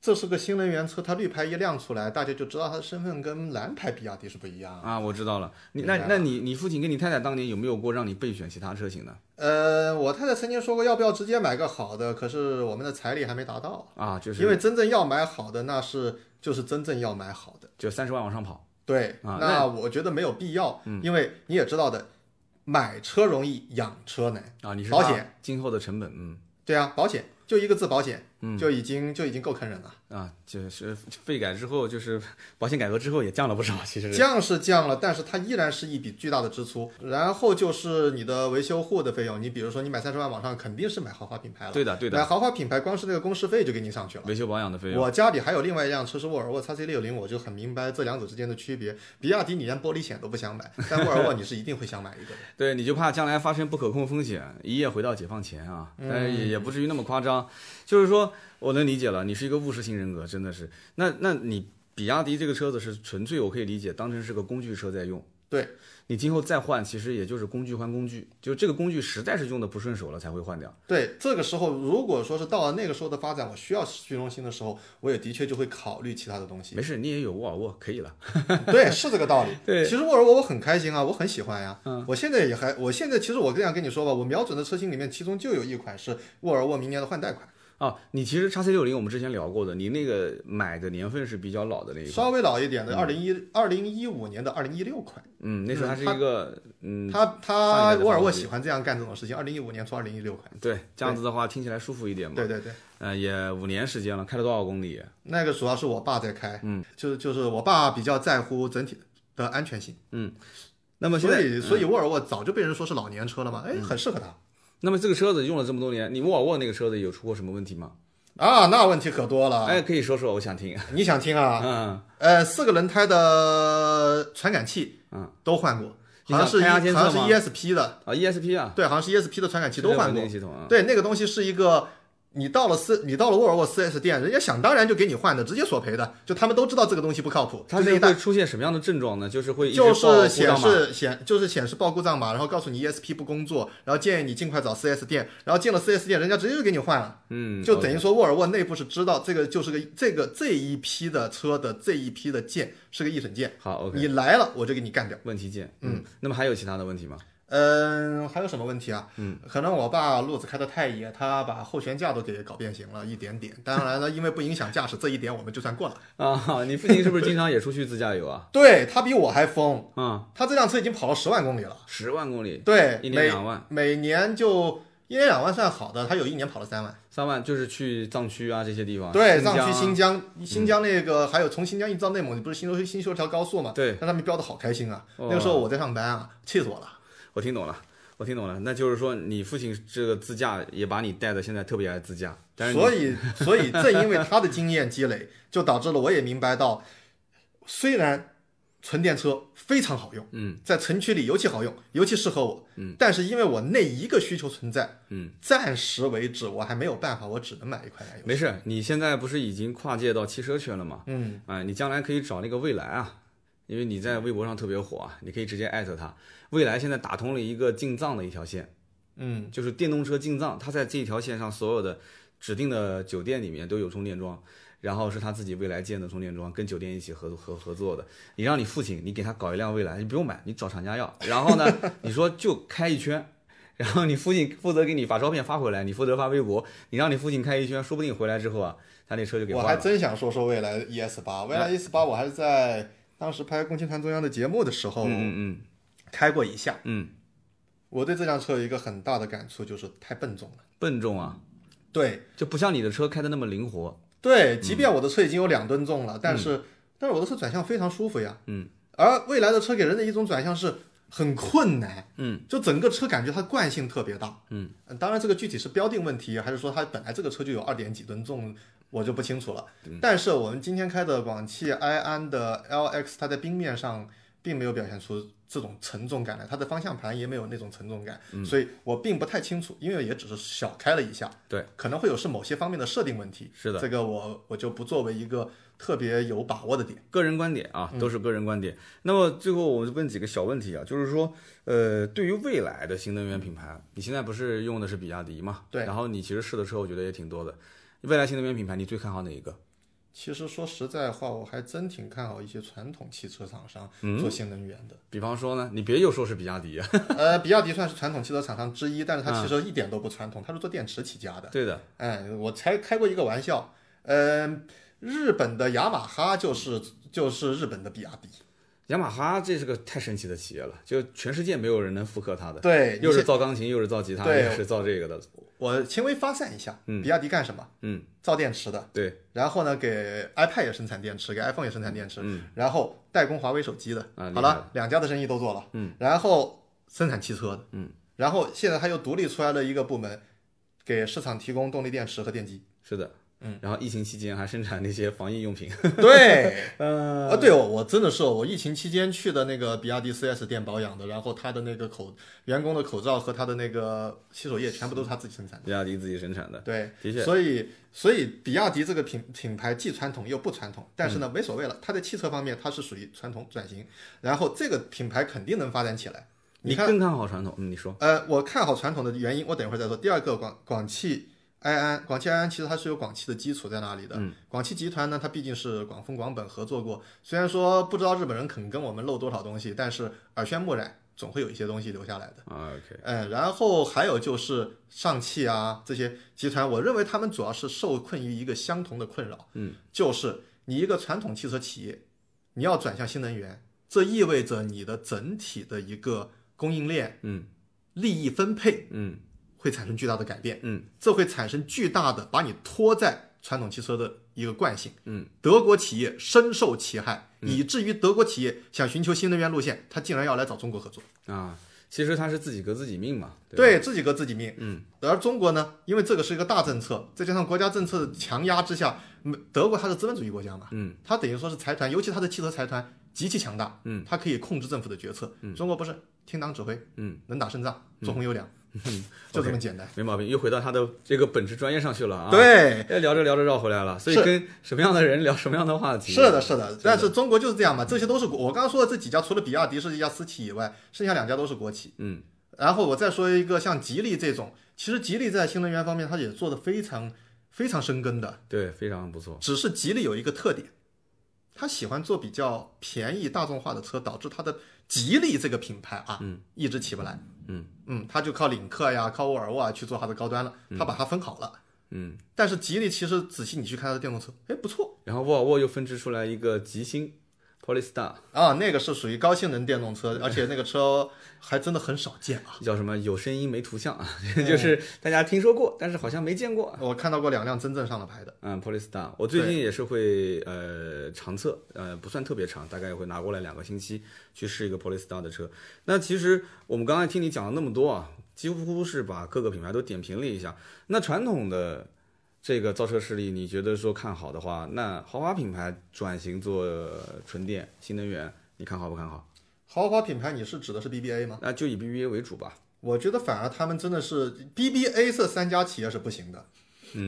Speaker 3: 这是个新能源车，它绿牌一亮出来，大家就知道它的身份跟蓝牌比亚迪是不一样的。
Speaker 1: 啊，我知道了。你
Speaker 3: 明
Speaker 1: 那
Speaker 3: 白了
Speaker 1: 那你你父亲跟你太太当年有没有过让你备选其他车型的？
Speaker 3: 呃，我太太曾经说过要不要直接买个好的，可是我们的财力还没达到，
Speaker 1: 啊，就是
Speaker 3: 因为真正要买好的那是就是真正要买好的。
Speaker 1: 就三十万往上跑。
Speaker 3: 对，
Speaker 1: 啊那嗯
Speaker 3: 那我觉得没有必要，因为你也知道的，买车容易，养车难。
Speaker 1: 啊，你是
Speaker 3: 保
Speaker 1: 怕
Speaker 3: 险
Speaker 1: 今后的成本，嗯
Speaker 3: 对啊，保险就一个字，保险，就已经就已经够坑人了。
Speaker 1: 啊，就是费改之后，就是 保险改革之后也降了不少，其实是
Speaker 3: 降是降了，但是它依然是一笔巨大的支出。然后就是你的维修护的费用，你比如说你买三十万往上，肯定是买豪华品牌了。
Speaker 1: 对啊的对的
Speaker 3: 买豪华品牌，光是那个工时费就给你上去了。
Speaker 1: 维修保养的费用。
Speaker 3: 我家里还有另外一辆车是沃尔沃 XC 六零，我就很明白这两者之间的区别。比亚迪你连玻璃险都不想买，但沃尔沃你是一定会想买一个的。
Speaker 1: 对，你就怕将来发生不可控风险，一夜回到解放前啊，但是
Speaker 3: 嗯
Speaker 1: 也也不至于那么夸张。就是说，我能理解了，你是一个务实型人格，真的是。那那你比亚迪这个车子是纯粹我可以理解当成是个工具车在用。
Speaker 3: 对
Speaker 1: 你今后再换，其实也就是工具换工具，就这个工具实在是用的不顺手了才会换掉。
Speaker 3: 对，这个时候如果说是到了那个时候的发展，我需要虚荣心的时候，我也的确就会考虑其他的 东西
Speaker 1: 没。事，你也有沃尔沃，可以了。
Speaker 3: 对，是这个道理。
Speaker 1: 对嗯
Speaker 3: 其实沃尔沃我很开心啊，我很喜欢呀、我现在也还，我现在其实我这样跟你说吧，我瞄准的车型里面，其中就有一款是沃尔沃明年的换代款，
Speaker 1: 哦，你其实叉 C 六零我们之前聊过的，你那个买的年份是比较老的那一款，
Speaker 3: 稍微老一点的，二零一二零一五年的二零一六款。
Speaker 1: 嗯，那时候它是一个，嗯，
Speaker 3: 他
Speaker 1: 上一代
Speaker 3: 他
Speaker 1: 的
Speaker 3: 沃尔
Speaker 1: 发动
Speaker 3: 沃
Speaker 1: 机
Speaker 3: 喜欢这样干这种事情，二零一五年出二零一六款。
Speaker 1: 对，这样子的话听起来舒服一点嘛。
Speaker 3: 对对对。
Speaker 1: 呃，也五年时间了，开了多少公里？
Speaker 3: 那个主要是我爸在开，嗯，就是就是我爸比较在乎整体的安全性，
Speaker 1: 嗯那么现
Speaker 3: 所
Speaker 1: 在，
Speaker 3: 以所以沃尔沃早就被人说是老
Speaker 1: 嗯
Speaker 3: 年车了嘛，哎，很适合他。
Speaker 1: 那么这个车子用了这么多年，你沃尔沃那个车子有出过什么问题吗？
Speaker 3: 啊，那问题可多了。
Speaker 1: 哎，可以说说，我想听。
Speaker 3: 你想听啊？
Speaker 1: 嗯，
Speaker 3: 呃，四个轮胎的传感器，
Speaker 1: 嗯，
Speaker 3: 都换过，
Speaker 1: 你
Speaker 3: 好像
Speaker 1: 想
Speaker 3: 是
Speaker 1: 胎压
Speaker 3: 一
Speaker 1: 监
Speaker 3: 好像
Speaker 1: 测
Speaker 3: 是
Speaker 1: 吗
Speaker 3: ESP 的，
Speaker 1: 啊，ESP 啊，
Speaker 3: 对，好像是 ESP 的传感器都
Speaker 1: 是
Speaker 3: 换
Speaker 1: 稳
Speaker 3: 过
Speaker 1: 定。系统啊，
Speaker 3: 对，那个东西是一个，你到了四，你到了沃尔沃 4S 店，人家想当然就给你换的，直接索赔的，就他们都知道这个东西不靠谱，
Speaker 1: 它
Speaker 3: 就这
Speaker 1: 是
Speaker 3: 一代
Speaker 1: 会出现什么样的症状呢？就是会一直
Speaker 3: 就
Speaker 1: 报
Speaker 3: 是
Speaker 1: 故
Speaker 3: 显
Speaker 1: 障码
Speaker 3: 示显就是显示报故障码，然后告诉你 ESP 不工作，然后建议你尽快找 4S 店，然后进了 4S 店，人家直接就给你换了，
Speaker 1: 嗯，
Speaker 3: 就等于
Speaker 1: OK
Speaker 3: 说沃尔沃内部是知道这个就是个这个这一批的车的这一批的件是个一审件，
Speaker 1: 好 OK
Speaker 3: 你来了我就给你干掉。
Speaker 1: 问题见。嗯，那么还有其他的问题吗？
Speaker 3: 嗯，还有什么问题啊？嗯，可能我爸路子开的太野，他把后悬架都给搞变形了一点点。当然了，因为不影响驾驶这一点，我们就算 过了。
Speaker 1: 啊，你父亲是不是经常也出去自驾游啊？
Speaker 3: 对他比我还疯，
Speaker 1: 啊，
Speaker 3: 他这辆车已经跑了十万公里了。
Speaker 1: 十万公里，
Speaker 3: 对，
Speaker 1: 一年
Speaker 3: 每
Speaker 1: 两万，
Speaker 3: 每年就一年两万算好的，他有一年跑了三万。
Speaker 1: 三万就是去藏区啊这些地方，
Speaker 3: 对，
Speaker 1: 新疆
Speaker 3: 藏
Speaker 1: 啊
Speaker 3: 区、新疆、新疆那个，还有从新疆一直到内蒙，你不是新修新修了条高速嘛？
Speaker 1: 对，
Speaker 3: 但他们飙的好开心啊！
Speaker 1: 哦
Speaker 3: 那个时候我在上班啊，气死我了。
Speaker 1: 我听懂了，我听懂了，那就是说你父亲这个自驾也把你带的现在特别爱自驾，但是你
Speaker 3: 所以，所以正因为他的经验积累， 就导致了我也明白到，虽然纯电车非常好用，
Speaker 1: 嗯，
Speaker 3: 在城区里尤其好用，尤其适合我，嗯，但是因为我那一个需求存在，
Speaker 1: 嗯，
Speaker 3: 暂时为止我还没有办法，我只能买一块燃油。
Speaker 1: 没事，你现在不是已经跨界到汽车圈了吗？
Speaker 3: 嗯，
Speaker 1: 哎，你将来可以找那个蔚来啊，因为你在微博上特别火啊，你可以直接艾特他。蔚来现在打通了一个进藏的一条线，
Speaker 3: 嗯，
Speaker 1: 就是电动车进藏，它在这一条线上所有的指定的酒店里面都有充电桩，然后是他自己未来建的充电桩，跟酒店一起合合合作的。你让你父亲，你给他搞一辆蔚来，你不用买，你找厂家要。然后呢，你说就开一圈。然后你父亲负责给你把照片发回来，你负责发微博，你让你父亲开一圈，说不定回来之后啊，他那车就给
Speaker 3: 我
Speaker 1: 换
Speaker 3: 还
Speaker 1: 了。嗯
Speaker 3: 真想说说未来 ES 八，未来 ES 八我还是在当时拍《共青团中央》的节目的时候
Speaker 1: 嗯嗯
Speaker 3: 开过一下。
Speaker 1: 嗯，
Speaker 3: 我对这辆车有一个很大的感触，就是太笨重了。
Speaker 1: 笨重啊，
Speaker 3: 对，
Speaker 1: 就不像你的车开的那么灵活。
Speaker 3: 对，即便我的车已经有两吨重了，但是但是我的车转向非常舒服呀。
Speaker 1: 嗯，
Speaker 3: 而未来的车给人的一种转向是很困难。
Speaker 1: 嗯，
Speaker 3: 就整个车感觉它惯性特别大。
Speaker 1: 嗯，
Speaker 3: 当然这个具体是标定问题，还是说它本来这个车就有二点几吨重，我就不清楚了。但是我们今天开的广汽埃安的 LX，它在冰面上并没有表现出。这种沉重感来，它的方向盘也没有那种沉重感，
Speaker 1: 嗯
Speaker 3: 所以我并不太清楚，因为也只是小开了一下，
Speaker 1: 对，
Speaker 3: 可能会有是某些方面的设定问题，
Speaker 1: 是的
Speaker 3: 这个我我就不作为一个特别有把握的点。
Speaker 1: 个人观点
Speaker 3: 嗯
Speaker 1: 啊，都是个人观点。那么最后我们问几个小问题啊，就是说，呃，对于未来的新能源品牌，你现在不是用的是比亚迪嘛？
Speaker 3: 对
Speaker 1: 然后你其实试的车，我觉得也挺多的。未来新能源品牌，你最看好哪一个？
Speaker 3: 其实说实在话，我还真挺看好一些传统汽车厂商
Speaker 1: 嗯
Speaker 3: 做新能源的。
Speaker 1: 比方说呢，你别又说是比亚迪啊。
Speaker 3: 呃，比亚迪算是传统汽车厂商之一，但是它汽车一点都不传统，它是做电池起家的。
Speaker 1: 嗯对的，
Speaker 3: 哎，我才开过一个玩笑，嗯、日本的雅马哈就是就是日本的比亚迪。
Speaker 1: 雅马哈这是个太神奇的企业了，就全世界没有人能复刻它的。
Speaker 3: 对，
Speaker 1: 又
Speaker 3: 你
Speaker 1: 是
Speaker 3: 先
Speaker 1: 造钢琴，又是造吉他，
Speaker 3: 对
Speaker 1: 又是造这个的。
Speaker 3: 我轻微发散一下，比亚迪干什么？
Speaker 1: 嗯，
Speaker 3: 造电池的。
Speaker 1: 对
Speaker 3: 然后呢，给 iPad 也生产电池，给 iPhone 也生产电池，
Speaker 1: 嗯
Speaker 3: 然后代工华为手机的，
Speaker 1: 啊厉害
Speaker 3: 好了，两家的生意都做了，
Speaker 1: 嗯，
Speaker 3: 然后生产汽车的，嗯，然后现在他又独立出来了一个部门，给市场提供动力电池和 电机。
Speaker 1: 是的。嗯，然后疫情期间还生产那些防疫用品。
Speaker 3: 对，
Speaker 1: 嗯，
Speaker 3: 啊，对哦，我真的是哦我疫情期间去的那个比亚迪 4S 店保养的，然后他的那个口员工的口罩和他的那个洗手液全部都是他自己生产的。
Speaker 1: 比亚迪自己生产的。
Speaker 3: 对，
Speaker 1: 的确
Speaker 3: 所以所以比亚迪这个品品牌既传统又不传统，但是
Speaker 1: 嗯
Speaker 3: 呢，没所谓了。它在汽车方面，它是属于传统转型，然后这个品牌肯定能发展起来。
Speaker 1: 你
Speaker 3: 你看，
Speaker 1: 更看好传统？嗯，你说。
Speaker 3: 呃，我看好传统的原因，我等一会儿再说。第二个，广广汽埃安，广汽埃安其实它是有广汽的基础在那里的。
Speaker 1: 嗯
Speaker 3: 广汽集团呢，它毕竟是广丰、广本合作过，虽然说不知道日本人肯跟我们漏多少东西，但是耳宣目染，总会有一些东西留下来的。
Speaker 1: 啊，OK，
Speaker 3: 嗯，然后还有就是上汽啊这些集团，我认为他们主要是受困于一个相同的困扰，嗯，就是你一个传统汽车企业，你要转向新能源，这意味着你的整体的一个供应链
Speaker 1: 嗯
Speaker 3: 利益分配
Speaker 1: 嗯
Speaker 3: 会产生巨大的改变，
Speaker 1: 嗯，
Speaker 3: 这会产生巨大的把你拖在传统汽车的一个惯性，
Speaker 1: 嗯，
Speaker 3: 德国企业深受其害，以至于德国企业想寻求新能源路线，它竟然要来找中国合作。
Speaker 1: 啊。其实它是自己革自己命嘛。对吧
Speaker 3: 对自己革自己命。嗯，而中国呢，因为这个是一个大政策，再加上国家政策强压之下，美德国它是资本主义国家嘛，
Speaker 1: 嗯，
Speaker 3: 它等于说是财团，尤其它的汽车财团极其强大，
Speaker 1: 嗯，
Speaker 3: 它可以控制政府的决策。中国不是听党指挥，
Speaker 1: 嗯，
Speaker 3: 能打胜仗，作风优良， 就这么简单。
Speaker 1: 没毛病，又回到他的这个本职专业上去了啊。，
Speaker 3: 对，
Speaker 1: 聊着聊着绕回来了，所以
Speaker 3: 是
Speaker 1: 跟什么样的人聊什么样的话题。
Speaker 3: 是的，是的，但是中国就是这样嘛，这些都是国。我刚刚说的这几家，除了比亚迪是一家私企以外，剩下两家都是国企。
Speaker 1: 嗯，
Speaker 3: 然后我再说一个像吉利这种，其实吉利在新能源方面它也做的非常非常深耕的，
Speaker 1: 对，非常不错。
Speaker 3: 只是吉利有一个特点，它喜欢做比较便宜大众化的车，导致它的吉利这个品牌啊，
Speaker 1: 嗯，
Speaker 3: 一直起不来。
Speaker 1: 嗯
Speaker 3: 嗯，它就靠领克呀、靠沃尔沃啊去做它的高端了，它把它分好了。
Speaker 1: 嗯，
Speaker 3: 但是吉利其实仔细你去看它的电动车，哎，不错。
Speaker 1: 然后沃尔沃又分支出来一个吉星 Polestar，
Speaker 3: 啊，那个是属于高性能电 动车，而且那个车还真的很少见啊。
Speaker 1: 叫什么？有声音没图像 啊，
Speaker 3: 嗯
Speaker 1: 就是大家听说过，但是好像没见过。
Speaker 3: 我看到过两辆真正上了牌的，
Speaker 1: 嗯，Polestar，我最近也是会呃长测，呃不算特别长，大概也会拿过来两个星期去试一个 Polestar 的车。那其实我们刚才听你讲了那么多啊，几乎是把各个品牌都点评了一下。那传统的这个造车势力，你觉得说看好的话，那豪华品牌转型做纯电、新能源，你看好不看好？
Speaker 3: 豪华品牌你是指的是 BBA 吗？
Speaker 1: 那就以 BBA 为主吧。
Speaker 3: 我觉得反而他们真的是 BBA 这三家企业是不行的，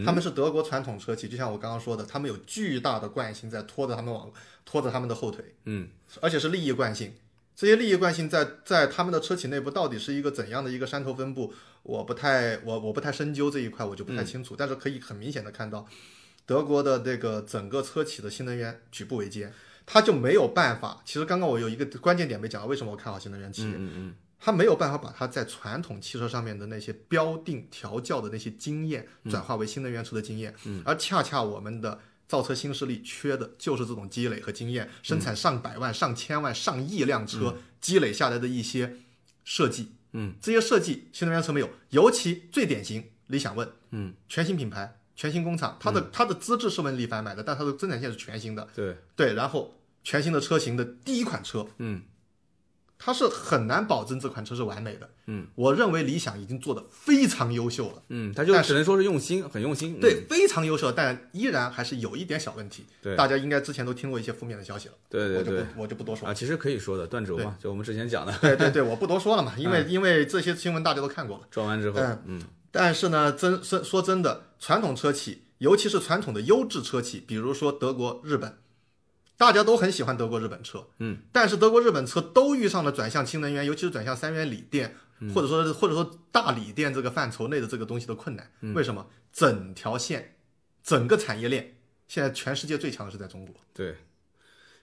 Speaker 3: 他们是德国传统车企，就像我刚刚说的，他们有巨大的惯性在拖着他们往拖着他们的后腿，
Speaker 1: 嗯，
Speaker 3: 而且是利益惯性。这些利益惯性在在他们的车企内部到底是一个怎样的一个山头分布，我不太我我不太深究这一块，我就不太清楚。但是可以很明显的看到，德国的这个整个车企的新能源举步维艰，它就没有办法。其实刚刚我有一个关键点没讲到，为什么我看好新能源企业？
Speaker 1: 嗯嗯
Speaker 3: 他没有办法把他在传统汽车上面的那些标定调教的那些经验
Speaker 1: 嗯
Speaker 3: 转化为新能源车的经验，而恰恰我们的造车新势力缺的就是这种积累和经
Speaker 1: 嗯
Speaker 3: 验，生产上百万、上千万、上亿辆车积累下来的一些设计，
Speaker 1: 嗯，
Speaker 3: 这些设计新能源车没有，尤其最典型理想 ONE，
Speaker 1: 嗯，
Speaker 3: 全新品牌、全新工厂，它的它的资质是问力帆买的，但它的生产线是全新的
Speaker 1: 嗯，，对，
Speaker 3: 对，然后全新的车型的第一款车，
Speaker 1: 嗯
Speaker 3: 它是很难保证这款车是完美的。
Speaker 1: 嗯，
Speaker 3: 我认为理想已经做得非常优秀了，
Speaker 1: 嗯，他就
Speaker 3: 但是
Speaker 1: 只能说是用心，很用心。嗯
Speaker 3: 对，非常优秀，但依然还是有一点小问题。
Speaker 1: 对
Speaker 3: 大家应该之前都听过一些负面的消息了，
Speaker 1: 对对对
Speaker 3: 我就。不我就不多说。
Speaker 1: 啊，其实可以说的，断轴嘛，就我们之前讲的，
Speaker 3: 对对对，我不多说了嘛，因为、
Speaker 1: 嗯
Speaker 3: 因为这些新闻大家都看过了。
Speaker 1: 装完之后，
Speaker 3: 嗯
Speaker 1: 嗯
Speaker 3: 但是呢，真说说真的，传统车企，尤其是传统的优质车企，比如说德国、日本，大家都很喜欢德国、日本车，
Speaker 1: 嗯，
Speaker 3: 但是德国、日本车都遇上了转向新能源，尤其是转向三元锂电，
Speaker 1: 嗯
Speaker 3: 或者说或者说大锂电这个范畴内的这个东西的困难。
Speaker 1: 嗯
Speaker 3: 为什么？整条线，整个产业链，现在全世界最强的是在中国。
Speaker 1: 对，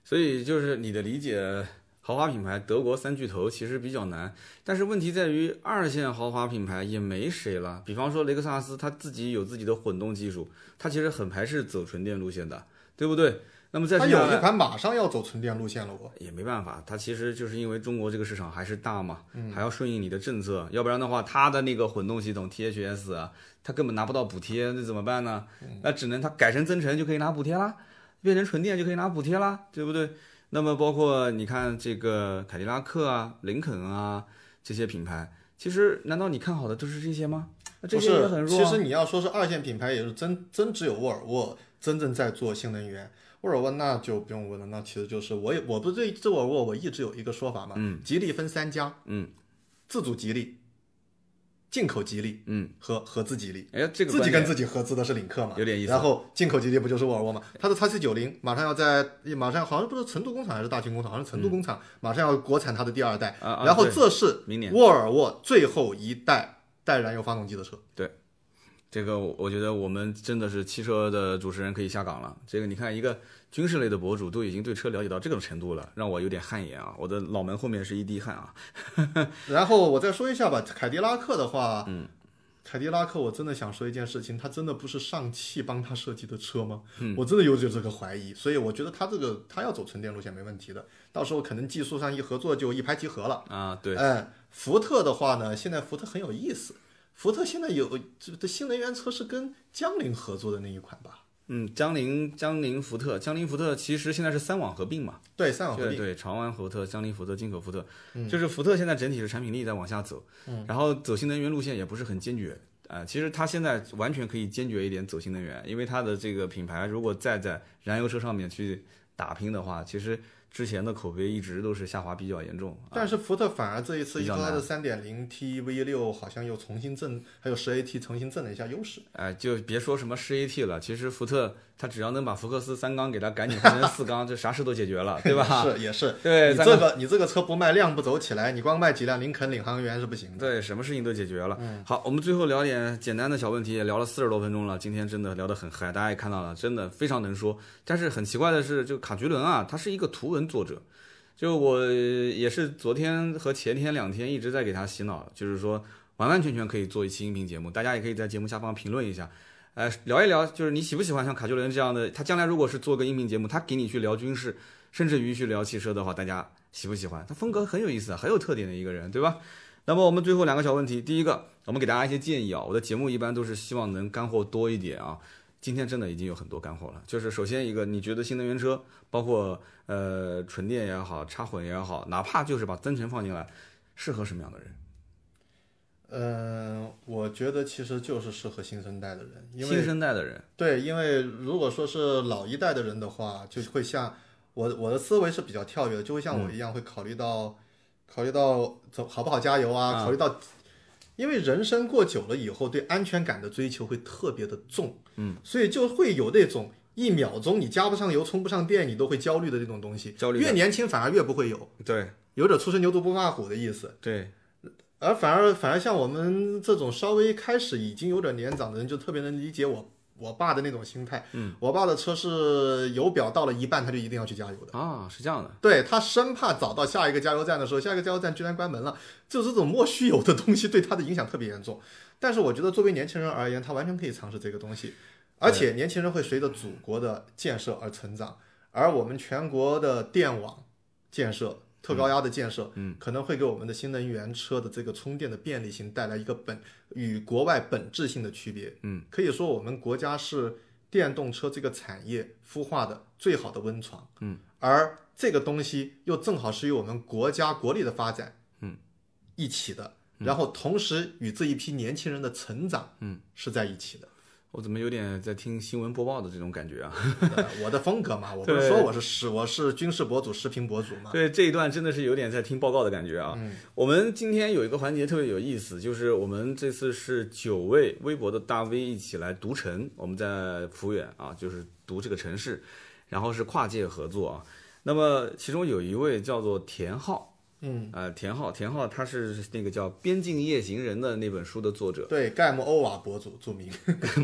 Speaker 1: 所以就是你的理解，豪华品牌德国三巨头其实比较难，但是问题在于二线豪华品牌也没谁了。比方说雷克萨斯，它自己有自己的混动技术，它其实很排斥走纯电路线的，对不对？那么再
Speaker 3: 它
Speaker 1: 接
Speaker 3: 有
Speaker 1: 下
Speaker 3: 一
Speaker 1: 来。
Speaker 3: 款马上要走纯电路线了，我
Speaker 1: 也没办法，它其实就是因为中国这个市场还是大嘛，
Speaker 3: 嗯
Speaker 1: 还要顺应你的政策，要不然的话，它的那个混动系统 THS 啊，它根本拿不到补贴，那怎么办呢？
Speaker 3: 嗯
Speaker 1: 那只能它改成增程就可以拿补贴啦，变成纯电就可以拿补贴啦，对不对？那么包括你看这个凯迪拉克啊、林肯啊这些品牌，其实难道你看好的都是这些吗？那这
Speaker 3: 不
Speaker 1: 些也很
Speaker 3: 是，
Speaker 1: 弱、
Speaker 3: 其
Speaker 1: 啊。
Speaker 3: 实你要说是二线品牌，也是真真只有沃尔沃真正在做新能源。沃尔沃那就不用问了，那其实就是我也我不是对这沃尔沃我一直有一个说法嘛，
Speaker 1: 嗯，
Speaker 3: 吉利分三家，
Speaker 1: 嗯，
Speaker 3: 自主吉利、进口吉利
Speaker 1: 嗯，
Speaker 3: 和合资吉利。
Speaker 1: 哎，这个
Speaker 3: 自己
Speaker 1: 观
Speaker 3: 跟
Speaker 1: 点
Speaker 3: 自己合资的是领克嘛，
Speaker 1: 有点意思
Speaker 3: 然后进口吉利不就是沃尔沃嘛？它的叉 C 九零马上要在，马上好像不是成都工厂还是大庆工厂，好像是成都工厂、马上要国产它的第二代，
Speaker 1: 啊啊
Speaker 3: 然后
Speaker 1: 对
Speaker 3: 这是
Speaker 1: 明年
Speaker 3: 沃尔沃最后一代带燃油发动机的车。
Speaker 1: 这个我我觉得我们真的是汽车的主持人可以下岗了。这个你看，一个军事类的博主都已经对车了解到这种程度了，让我有点汗颜啊！我的脑门后面是一滴汗啊。
Speaker 3: 然后我再说一下吧，凯迪拉克的话，嗯，凯迪拉克我真的想说一件事情，它真的不是上汽帮他设计的车吗？
Speaker 1: 嗯
Speaker 3: 我真的有点这个怀疑，所以我觉得它这个它要走纯电路线没问题的，到时候可能技术上一合作就一拍即合了。
Speaker 1: 啊，对，
Speaker 3: 哎，福特的话呢，现在福特很有意思，福特现在有这这新能源车是跟江铃合作的那一款吧？
Speaker 1: 嗯，江铃江铃福特，江铃福特其实现在是三网合并嘛，
Speaker 3: 对，三网合
Speaker 1: 对
Speaker 3: 并，
Speaker 1: 对，长安福特、江铃福特、进口福特，就是福特现在整体是产品力在往下走，
Speaker 3: 嗯
Speaker 1: 然后走新能源路线也不是很坚决。啊、其实它现在完全可以坚决一点走新能源，因为它的这个品牌如果再在燃油车上面去打拼的话，其实之前的口碑一直都是下滑比较严重。啊、
Speaker 3: 但是福特反而这一次依
Speaker 1: 比较
Speaker 3: 靠它
Speaker 1: 难
Speaker 3: 的三点零 T V 六，好像又重新挣，还有十 AT 重新挣了一下 优势。
Speaker 1: 哎、就别说什么湿 AT 了，其实福特它只要能把福克斯三缸给它赶紧换成四 缸，这啥事都解决了，对吧？
Speaker 3: 是也是，
Speaker 1: 对
Speaker 3: 你
Speaker 1: 咱
Speaker 3: 这个你这个车不卖量不走起来，你光卖几辆林肯领航员是不行的。嗯
Speaker 1: 对，什么事情都解决了。好，我们最后聊点简单的小问题，也聊了四十多分钟了，今天真的聊得很嗨，大家也看到了，真的非常能说。但是很奇怪的是，就卡菊伦啊，他是一个图文作者。就我呃也是昨天和前天两天一直在给他洗脑，就是说完完全全可以做一期音频节目，大家也可以在节目下方评论一下，呃，聊一聊，就是你喜不喜欢像卡秋伦这样的？他将来如果是做个音频节目，他给你去聊军事，甚至于去聊汽车的话，大家喜不喜欢？他风格很有意思啊，很有特点的一个人，对吧？那么我们最后两个小问题，第一个，我们给大家一些建议啊。我的节目一般都是希望能干货多一点啊。今天真的已经有很多干货了，就是首先一个，你觉得新能源车，包括呃纯电也好，插混也好，哪怕就是把增程放进来，适合什么样的人？
Speaker 3: 嗯、我觉得其实就是适合新生代的人，因
Speaker 1: 新
Speaker 3: 为
Speaker 1: 生代的人，
Speaker 3: 对，因为如果说是老一代的人的话，就会像我我的思维是比较跳跃的，就会像我一样会考虑到、考虑到走好不好加油啊，考虑到，因为人生过久了以后，对安全感的追求会特别的重，嗯，所以就会有那种。一秒钟你加不上油、充不上电，你都会焦虑的这种东西。
Speaker 1: 焦虑
Speaker 3: 越年轻反而越不会有，
Speaker 1: 对
Speaker 3: 有点初生牛犊不怕虎的意思。
Speaker 1: 对，
Speaker 3: 而反而反而像我们这种稍微开始已经有点年长的人，就特别能理解我我爸的那种心态。嗯，我爸的车是油表到了一半，他就一定要去加油的。
Speaker 1: 啊，是这样的。
Speaker 3: 对他生怕找到下一个加油站的时候，下一个加油站居然关门了，就这种莫须有的东西对他的影响特别严重。但是我觉得作为年轻人而言，他完全可以尝试这个东西，而且年轻人会随着祖国的建设而成长，而我们全国的电网建设。特高压的建设，嗯，可能会给我们的新能源车的这个充电的便利性带来一个本与国外本质性的区别，嗯，可以说我们国家是电动车这个产业孵化的最好的温床。而这个东西又正好是与我们国家国力的发展，
Speaker 1: 嗯，
Speaker 3: 一起的，然后同时与这一批年轻人的成长，嗯，是在一起的。
Speaker 1: 我怎么有点在听新闻播报的这种感觉啊？
Speaker 3: 呃我的风格嘛，我不是
Speaker 1: 对
Speaker 3: 说我是视我是军事博主、视频博主嘛，
Speaker 1: 对，这一段真的是有点在听报告的感觉啊。
Speaker 3: 嗯
Speaker 1: 我们今天有一个环节特别有意思，就是我们这次是九位微博的大 V 一起来读城，我们在抚远啊，就是读这个城市，然后是跨界合作啊。那么其中有一位叫做田浩，
Speaker 3: 嗯，，
Speaker 1: 呃，田浩，田浩他是那个叫《边境夜行人》的那本书的作者
Speaker 3: 对，盖姆欧瓦博主著名。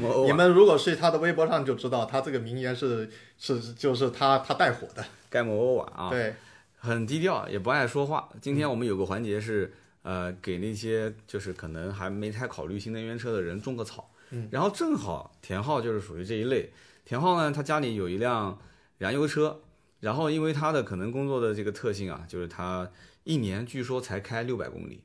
Speaker 1: 某偶尔
Speaker 3: 你们如果是他的微博上就知道，他这个名言是是就是他他带火的，
Speaker 1: 盖某欧瓦啊，
Speaker 3: 对，
Speaker 1: 很低调，啊也不爱说话。今天我们有个环节是，呃，给那些就是可能还没太考虑新能源车的人种个草。嗯，然后正好田浩就是属于这一类。田浩呢，他家里有一辆燃油车，然后因为他的可能工作的这个特性啊，就是他一年据说才开六百公里，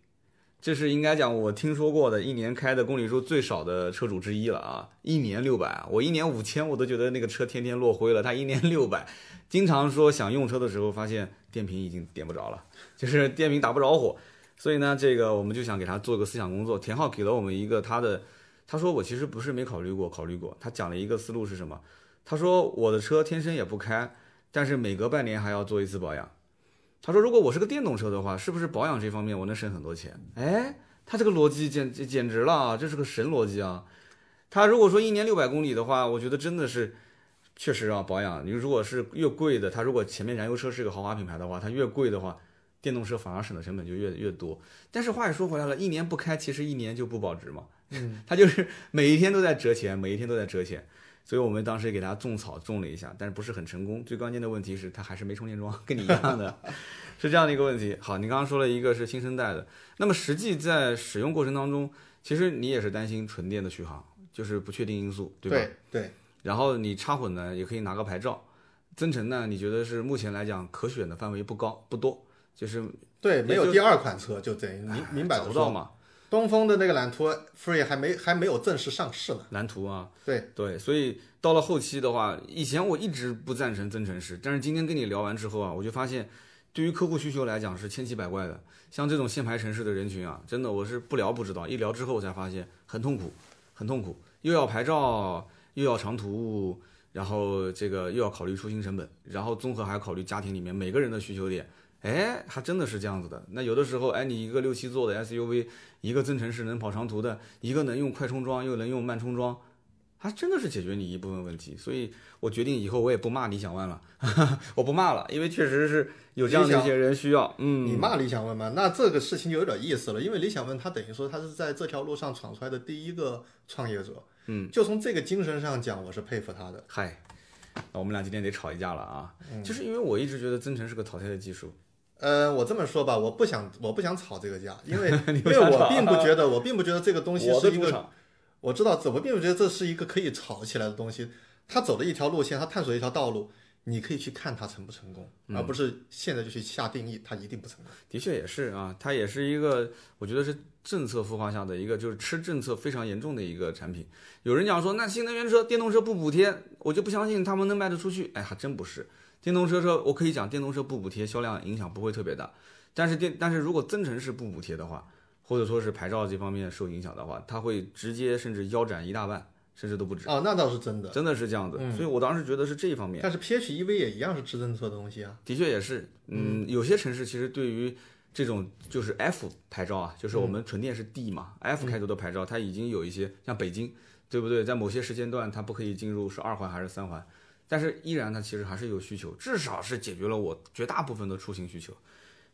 Speaker 1: 这是应该讲我听说过的一年开的公里数最少的车主之一了啊！一年六百，我一年五千我都觉得那个车天天落灰了，他一年六百，经常说想用车的时候，发现电瓶已经点不着了， 就是电瓶打不着火。所以呢，这个我们就想给他做个思想工作。田浩给了我们一个他的，他说我其实不是没考虑过，考虑过。他讲了一个思路是什么？他说我的车天生也不开，但是每隔半年还要做一次保养。他说如果我是个电动车的话，是不是保养这方面我能省很多钱？哎，他这个逻辑简简简直了啊，这是个神逻辑啊！他如果说一年六百公里的话，我觉得真的是确实啊，保养你如果是越贵的，它如果前面燃油车是一个豪华品牌的话，它越贵的话，电动车反而省的成本就越越多。但是话也说回来了，一年不开，其实一年就不保值嘛。嗯， 它就是每一天都在折钱，每一天都在折钱。所以我们当时给它种草种了一下，但是不是很成功。最关键的问题是它还是没充电桩，跟你一样的，是这样的一个问题。好，你刚刚说了一个是新生代的，那么实际在使用过程当中，其实你也是担心纯电的续航，就是不确定因素，对吧？
Speaker 3: 对对，
Speaker 1: 然后你插混呢，也可以拿个牌照。增程呢，你觉得是目前来讲可选的范围不高不多，就是
Speaker 3: 对，没有
Speaker 1: 就
Speaker 3: 第二款车就等于明明摆
Speaker 1: 找
Speaker 3: 着
Speaker 1: 不到
Speaker 3: 说，
Speaker 1: 嘛。
Speaker 3: 东风的那个揽途 Free 还没还没有正式上市呢。
Speaker 1: 蓝图啊，
Speaker 3: 对
Speaker 1: 对，所以到了后期的话，以前我一直不赞成增程式，但是今天跟你聊完之后啊，我就发现，对于客户需求来讲是千奇百怪的。像这种限牌城市的人群啊，真的我是不聊不知道，一聊之后我才发现很痛苦，很痛苦，又要牌照，又要长途，然后这个又要考虑出行成本，然后综合还要考虑家庭里面每个人的需求点。哎，还真的是这样子的。那有的时候，哎，你一个六七座的 SUV，一个增程式能跑长途的，一个能用快充桩，又能用慢充桩，还真的是解决你一部分问题。所以我决定以后我也不骂理想 ONE 了， 我不骂了，因为确实是有这样的一些人需要。嗯，
Speaker 3: 你骂理想 ONE 嘛，那这个事情就有点意思了，因为理想 ONE 它等于说它是在这条路上闯出来的第一个创业者。嗯，就从这个精神上讲，我是佩服他的。
Speaker 1: 嗨，那我们俩今天得吵一架了啊！
Speaker 3: 嗯
Speaker 1: 就是因为我一直觉得增程是个淘汰的技术。
Speaker 3: 呃，我这么说吧，我不想，我不想吵这个 架，因为
Speaker 1: 你
Speaker 3: 因
Speaker 1: 不
Speaker 3: 为
Speaker 1: 想
Speaker 3: 我
Speaker 1: 吵啊
Speaker 3: 并不觉得，我并不觉得这个东西
Speaker 1: 我的
Speaker 3: 是一
Speaker 1: 主
Speaker 3: 个
Speaker 1: 场，
Speaker 3: 我知道，这我并不觉得这是一个可以吵起来的东西。他走了一条路线，他探索一条道路，你可以去看他成不成功，
Speaker 1: 嗯
Speaker 3: 而不是现在就去下定义他一定不成功。
Speaker 1: 的确也是啊，它也是一个，我觉得是政策孵化下的一个，就是吃政策非常严重的一个产品。有人讲说，那新能源车、电动车不补贴，我就不相信他们能卖得出去。哎，还真不是。电动车车，我可以讲，电动车不补贴销量影响不会特别大，但是电，但是如果增程式不补贴的话，或者说是牌照这方面受影响的话，它会直接甚至腰斩一大半，甚至都不止。
Speaker 3: 哦，那倒是真的。嗯
Speaker 1: 真的是这样子，所以我当时觉得是这一方面。
Speaker 3: 但是 PHEV 也一样是吃政策的东西啊。
Speaker 1: 的确也是，嗯，有些城市其实对于这种就是 F 牌照啊，就是我们纯电是 D 嘛、f 开头的牌照，它已经有一些像北京，对不对？在某些时间段，它不可以进入是二环还是三环，但是依然它其实还是有需求，至少是解决了我绝大部分的出行需求。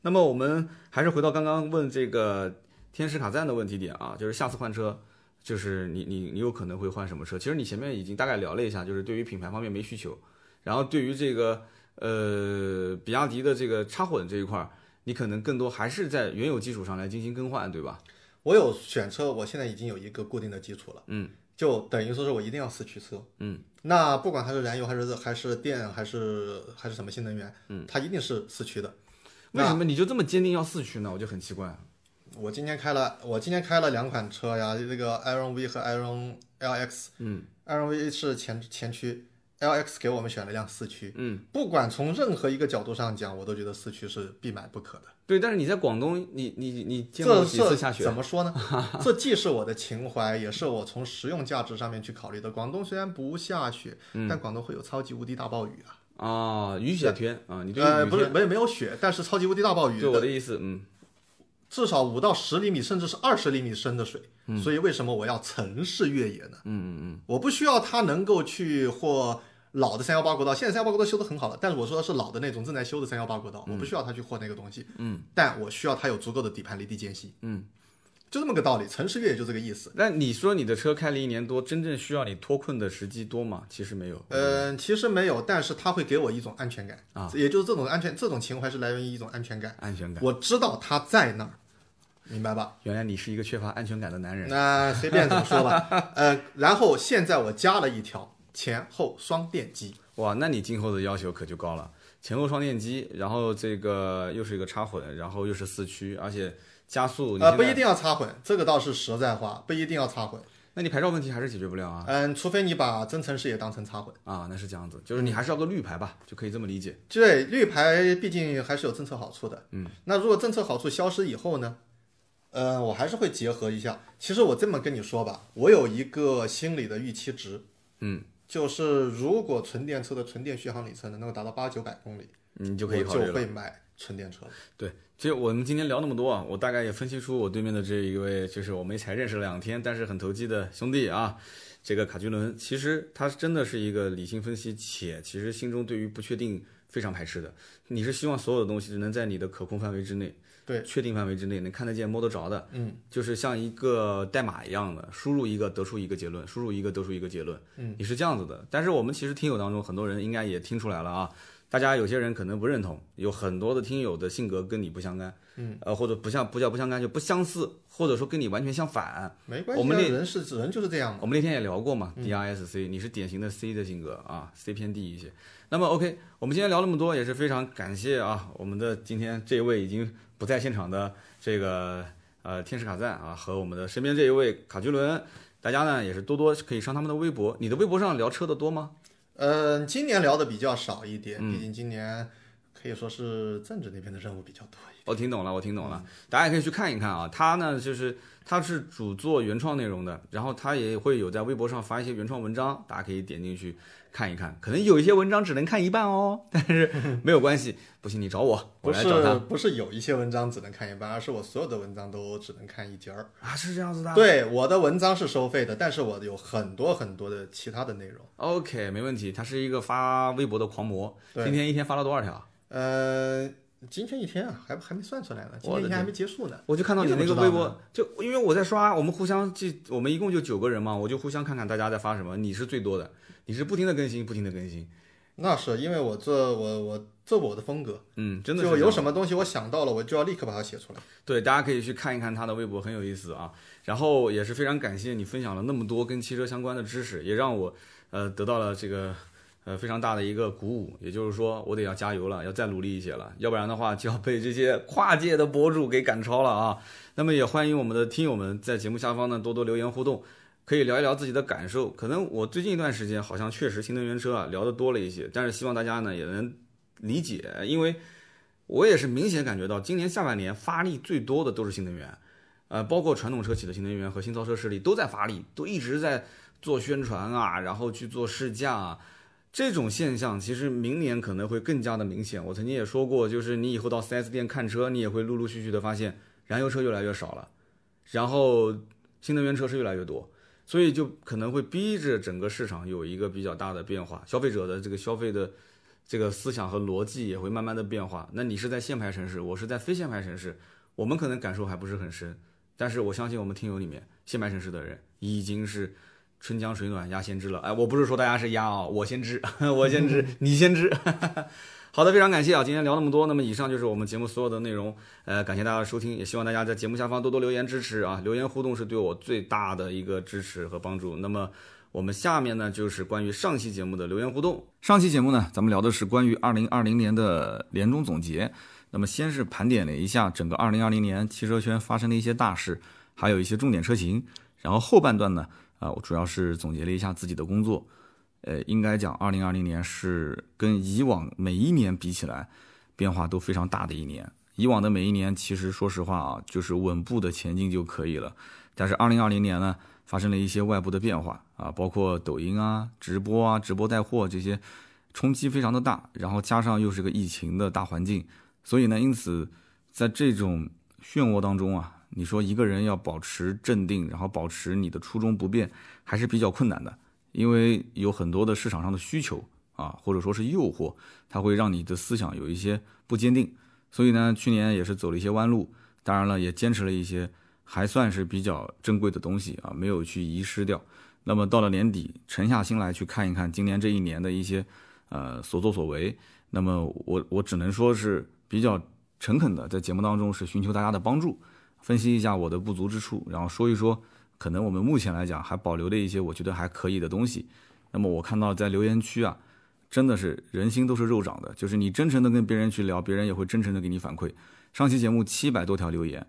Speaker 1: 那么我们还是回到刚刚问这个天使卡赞的问题点啊，就是下次换车。就是你你你有可能会换什么车？其实你前面已经大概聊了一下，就是对于品牌方面没需求，然后对于这个呃，比亚迪的这个插混这一块儿，你可能更多还是在原有基础上来进行更换，对吧？
Speaker 3: 我有选车，我现在已经有一个固定的基础了。嗯，就等于说是我一定要四驱车。嗯，那不管它是燃油还是还是电还是还是什么新能源，嗯，它一定是四驱的。
Speaker 1: 为什么你就这么坚定要四驱呢？我就很奇怪。啊
Speaker 3: 我今天开了，我今天开了两款车呀，这个 Iron V 和 Iron LX。嗯，Iron V 是前前驱，LX 给我们选了辆四驱。嗯，不管从任何一个角度上讲，我都觉得四驱是必买不可的。
Speaker 1: 对，但是你在广东，你你你见过
Speaker 3: 这
Speaker 1: 几次
Speaker 3: 是
Speaker 1: 下雪？
Speaker 3: 怎么说 呢？这既是我的情怀，也是我从实用价值上面去考虑的。广东虽然不下雪，
Speaker 1: 嗯
Speaker 3: 但广东会有超级无敌大暴雨啊。
Speaker 1: 啊，雨雪天啊，你对
Speaker 3: 呃，
Speaker 1: 雨
Speaker 3: 不是
Speaker 1: 天
Speaker 3: 没没有雪，但是超级无敌大暴雨
Speaker 1: 对，我的意思，嗯，
Speaker 3: 至少五到十厘米，甚至是二十厘米深的水。
Speaker 1: 嗯
Speaker 3: 所以为什么我要城市越野呢？嗯嗯嗯，我不需要它能够去或老的三幺八国道，现在三幺八国道修得很好了，但是我说的是老的那种正在修的三幺八国道，我
Speaker 1: 嗯
Speaker 3: 不需要它去和那个东西。嗯，但我需要它有足够的底盘离地间隙。嗯，就这么个道理，城市越野就这个意思。
Speaker 1: 那你说你的车开了一年多，真正需要你脱困的时机多吗？其实没有，
Speaker 3: 嗯，其实没有，但是它会给我一种安全感
Speaker 1: 啊，
Speaker 3: 也就是这种安全，这种情怀是来源于一种安全感。
Speaker 1: 安全感。
Speaker 3: 我知道它在那儿，明白吧？
Speaker 1: 原来你是一个缺乏安全感的男人。
Speaker 3: 那随便怎么 说吧，呃，然后现在我加了一条前后双电机，
Speaker 1: 哇，那你今后的要求可就高了，前后双电机，然后这个又是一个插混，然后又是四驱，而且加速哦你
Speaker 3: 呃，
Speaker 1: 现
Speaker 3: 不
Speaker 1: 在
Speaker 3: 一定要插混，这个倒是实在话，不一定要插混，
Speaker 1: 那你牌照问题还是解决不了啊
Speaker 3: 嗯，除非你把增程式也当成插混。
Speaker 1: 啊，那是这样子，就是你还是要个绿牌吧，就可以这么理解。
Speaker 3: 对，绿牌毕竟还是有政策好处的。嗯，那如果政策好处消失以后呢？呃，我还是会结合一下。其实我这么跟你说吧，我有一个心理的预期值，嗯，就是如果纯电车的纯电续航里程能够达到八九百公里，
Speaker 1: 你就可以
Speaker 3: 我
Speaker 1: 考虑
Speaker 3: 就
Speaker 1: 了。
Speaker 3: 会买纯电车。
Speaker 1: 对，其实我们今天聊那么多啊，我大概也分析出我对面的这一位，就是我们才认识了两天，但是很投机的兄弟啊，这个卡居伦，其实他真的是一个理性分析，且其实心中对于不确定非常排斥的。你是希望所有的东西能在你的可控范围之内，
Speaker 3: 对，
Speaker 1: 确定范围之内，能看得见、摸得着的，嗯，就是像一个代码一样的，输入一个得出一个结论，输入一个得出一个结论，嗯，你是这样子的。但是我们其实听友当中很多人应该也听出来了啊，大家有些人可能不认同，有很多的听友的性格跟你不相干，嗯，呃，或者不像不叫不相干，就不相似，或者说跟你完全相反，
Speaker 3: 没关系啊，
Speaker 1: 我们
Speaker 3: 人是人就是这样嗯嘛。
Speaker 1: 我们那天也聊过嘛，DRSC，、你是典型的 C 的性格啊，C 偏 D 一些。那么 OK，我们今天聊那么多，也是非常感谢啊，我们的今天这位已经不在现场的这个呃天使卡赞啊和我们的身边这一位卡居伦，大家呢也是多多可以上他们的微博。你的微博上聊车的多吗？
Speaker 3: 嗯，今年聊的比较少一点，
Speaker 1: 嗯
Speaker 3: 毕竟今年可以说是政治那边的任务比较多一点。
Speaker 1: 我听懂了，我听懂了，大家也可以去看一看啊。他呢，就是他是主做原创内容的，然后他也会有在微博上发一些原创文章，大家可以点进去看一看。可能有一些文章只能看一半哦，但是没有关系，不行你找我，我
Speaker 3: 不
Speaker 1: 来
Speaker 3: 是
Speaker 1: 找他
Speaker 3: 不是有一些文章只能看一半，而是我所有的文章都只能看一截儿。
Speaker 1: 啊，是这样子的。
Speaker 3: 对，我的文章是收费的，但是我有很多很多的其他的内容。
Speaker 1: OK，没问题。他是一个发微博的狂魔，
Speaker 3: 对
Speaker 1: 今天一天发了多少条？
Speaker 3: 呃，今天一天啊，还还没算出来呢，今
Speaker 1: 我
Speaker 3: 天
Speaker 1: 的
Speaker 3: 一天还
Speaker 1: 天
Speaker 3: 没结束呢。
Speaker 1: 我就看到
Speaker 3: 你
Speaker 1: 你
Speaker 3: 怎
Speaker 1: 那个
Speaker 3: 么知道
Speaker 1: 微
Speaker 3: 呢
Speaker 1: 博，就因为我在刷，我们互相记，我们一共就九个人嘛，我就互相看看大家在发什么。你是最多的，你是不停的更新，不停的更新。
Speaker 3: 那是因为我这我我这我的风格，
Speaker 1: 嗯，真的是
Speaker 3: 就
Speaker 1: 这样
Speaker 3: 有什么东西我想到了，我就要立刻把它写出来。
Speaker 1: 对，大家可以去看一看他的微博，很有意思啊。然后也是非常感谢你分享了那么多跟汽车相关的知识，也让我呃得到了这个呃非常大的一个鼓舞。也就是说，我得要加油了，要再努力一些了，要不然的话就要被这些跨界的博主给赶超了啊。那么也欢迎我们的听友们在节目下方呢多多留言互动。可以聊一聊自己的感受，可能我最近一段时间好像确实新能源车啊聊的多了一些，但是希望大家呢也能理解，因为我也是明显感觉到，今年下半年发力最多的都是新能源，呃，包括传统车企的新能源和新造车势力都在发力，都一直在做宣传啊，然后去做试驾啊。这种现象其实明年可能会更加的明显。我曾经也说过，就是你以后到 4S 店看车，你也会陆陆续续的发现，燃油车越来越少了，然后新能源车是越来越多，所以就可能会逼着整个市场有一个比较大的变化，消费者的这个消费的这个思想和逻辑也会慢慢的变化。那你是在限牌城市，我是在非限牌城市，我们可能感受还不是很深，但是我相信我们听友里面限牌城市的人已经是春江水暖鸭先知了。哎，我不是说大家是鸭啊、我先知， 我先知，你先知。 好的，非常感谢啊！今天聊那么多，那么以上就是我们节目所有的内容。呃，感谢大家的收听，也希望大家在节目下方多多留言支持啊！留言互动是对我最大的一个支持和帮助。那么我们下面呢就是关于上期节目的留言互动。上期节目呢，咱们聊的是关于二零二零年的年终总结。那么先是盘点了一下整个二零二零年汽车圈发生的一些大事，还有一些重点车型。然后后半段呢，啊、我主要是总结了一下自己的工作。呃，应该讲二零二零年是跟以往每一年比起来，变化都非常大的一年。以往的每一年，其实说实话啊，就是稳步的前进就可以了。但是二零二零年呢，发生了一些外部的变化啊，包括抖音啊、直播啊、直播带货这些冲击非常的大，然后加上又是个疫情的大环境，所以呢，因此在这种漩涡当中啊，你说一个人要保持镇定，然后保持你的初衷不变，还是比较困难的，因为有很多的市场上的需求啊，或者说是诱惑，它会让你的思想有一些不坚定。所以呢，去年也是走了一些弯路，当然了，也坚持了一些还算是比较珍贵的东西啊，没有去遗失掉。那么到了年底，沉下心来去看一看今年这一年的一些呃所作所为，那么我我只能说是比较诚恳的，在节目当中是寻求大家的帮助，分析一下我的不足之处，然后说一说可能我们目前来讲还保留的一些我觉得还可以的东西。那么我看到在留言区啊，真的是人心都是肉长的，就是你真诚的跟别人去聊，别人也会真诚的给你反馈。上期节目七百多条留言，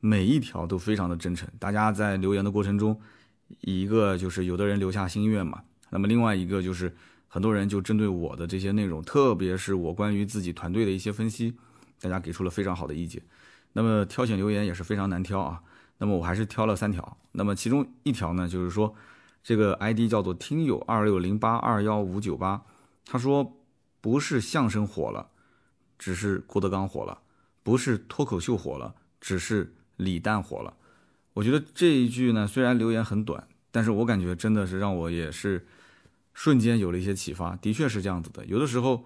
Speaker 1: 每一条都非常的真诚。大家在留言的过程中，一个就是有的人留下心愿嘛，那么另外一个就是很多人就针对我的这些内容，特别是我关于自己团队的一些分析，大家给出了非常好的意见。那么挑选留言也是非常难挑啊。那么我还是挑了三条，那么其中一条呢，就是说这个 ID 叫做听友二六零八二幺五九八，他说不是相声火了，只是郭德纲火了；不是脱口秀火了，只是李诞火了。我觉得这一句呢，虽然留言很短，但是我感觉真的是让我也是瞬间有了一些启发。的确是这样子的，有的时候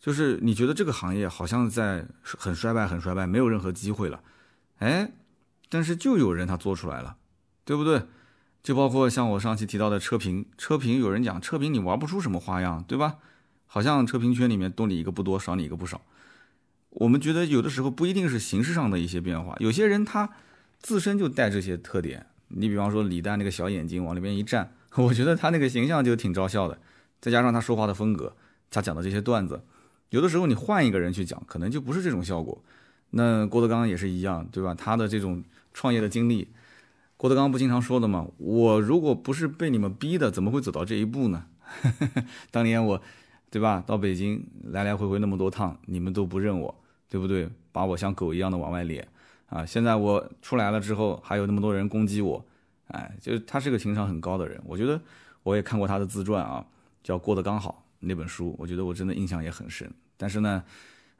Speaker 1: 就是你觉得这个行业好像在很衰败、很衰败，没有任何机会了，哎，但是就有人他做出来了，对不对？就包括像我上期提到的车评，车评有人讲车评你玩不出什么花样，对吧？好像车评圈里面多你一个不多，少你一个不少。我们觉得有的时候不一定是形式上的一些变化，有些人他自身就带这些特点。你比方说李诞那个小眼睛往里面一站， 我觉得他那个形象就挺招笑的，再加上他说话的风格，他讲的这些段子，有的时候你换一个人去讲，可能就不是这种效果。那郭德纲也是一样，对吧？他的这种创业的经历。郭德纲不经常说的嘛，我如果不是被你们逼的，怎么会走到这一步呢？ 当年我，对吧？到北京来来回回那么多趟，你们都不认我，对不对？把我像狗一样的往外咧啊！现在我出来了之后，还有那么多人攻击我，哎，就是他是个情商很高的人。我觉得我也看过他的自传啊，叫《郭德纲好》那本书，我觉得我真的印象也很深。但是呢。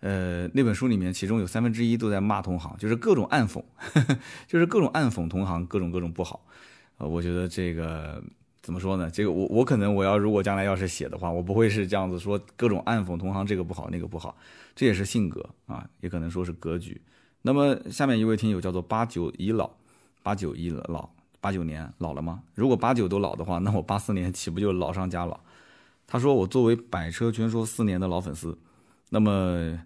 Speaker 1: 呃，那本书里面，其中有三分之一都在骂同行，就是各种暗讽， 呵呵就是各种暗讽同行，各种各种不好。呃，我觉得这个怎么说呢？这个我我可能我要如果将来要是写的话，我不会是这样子说各种暗讽同行这个不好那个不好，这也是性格啊，也可能说是格局。那么下面一位听友叫做八九已老，八九已老，八九年老了吗？如果八九都老的话，那我八四年 岂不就老上加老？他说我作为百车全说四年的老粉丝。那么，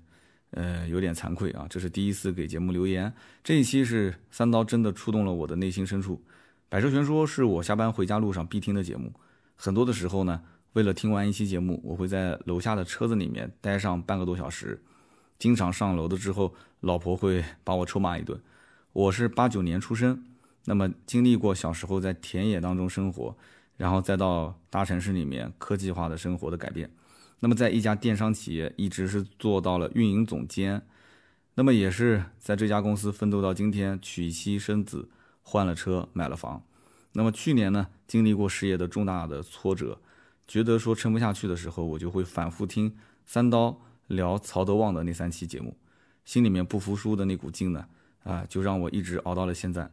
Speaker 1: 呃，有点惭愧啊，这是第一次给节目留言。这一期是三刀真的触动了我的内心深处。百车全说是我下班回家路上必听的节目。很多的时候呢，为了听完一期节目，我会在楼下的车子里面待上半个多小时。经常上楼的之后，老婆会把我臭骂一顿。我是八九年出生，那么经历过小时候在田野当中生活，然后再到大城市里面科技化的生活的改变。那么，在一家电商企业一直是做到了运营总监，那么也是在这家公司奋斗到今天，娶妻生子，换了车，买了房。那么去年呢，经历过事业的重大的挫折，觉得说撑不下去的时候，我就会反复听三刀聊曹德旺的那三期节目，心里面不服输的那股劲呢，啊，就让我一直熬到了现在。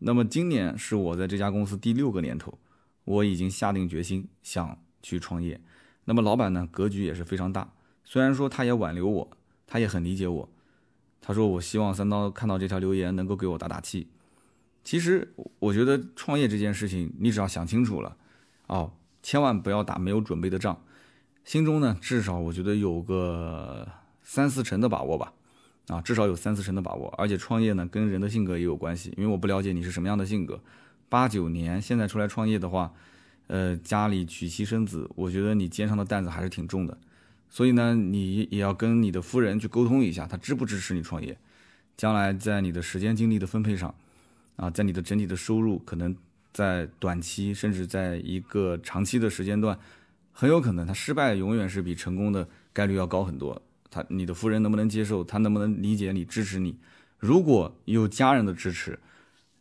Speaker 1: 那么今年是我在这家公司第六个年头，我已经下定决心想去创业。那么老板呢，格局也是非常大。虽然说他也挽留我，他也很理解我。他说：“我希望三刀看到这条留言，能够给我打打气。”其实我觉得创业这件事情，你只要想清楚了，哦，千万不要打没有准备的仗。心中呢，至少我觉得有个三四成的把握吧，啊，至少有三四成的把握。而且创业呢，跟人的性格也有关系，因为我不了解你是什么样的性格。八九年现在出来创业的话。呃，家里娶妻生子，我觉得你肩上的担子还是挺重的，所以呢，你也要跟你的夫人去沟通一下，她支不支持你创业。将来在你的时间精力的分配上，啊，在你的整体的收入，可能在短期甚至在一个长期的时间段，很有可能他失败永远是比成功的概率要高很多。他，你的夫人能不能接受？他能不能理解你、支持你？如果有家人的支持。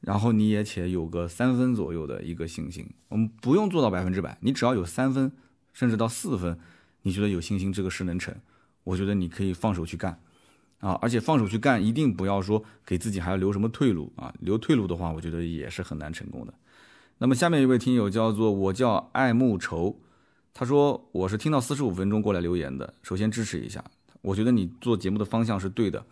Speaker 1: 然后你也且有个三分左右的一个信心，我们不用做到百分之百，你只要有三分，甚至到四分，你觉得有信心这个事能成，我觉得你可以放手去干，啊，而且放手去干，一定不要说给自己还要留什么退路啊，留退路的话，我觉得也是很难成功的。那么下面一位听友叫做我叫爱慕愁，他说我是听到四十五分钟过来留言的，首先支持一下，我觉得你做节目的方向是对的，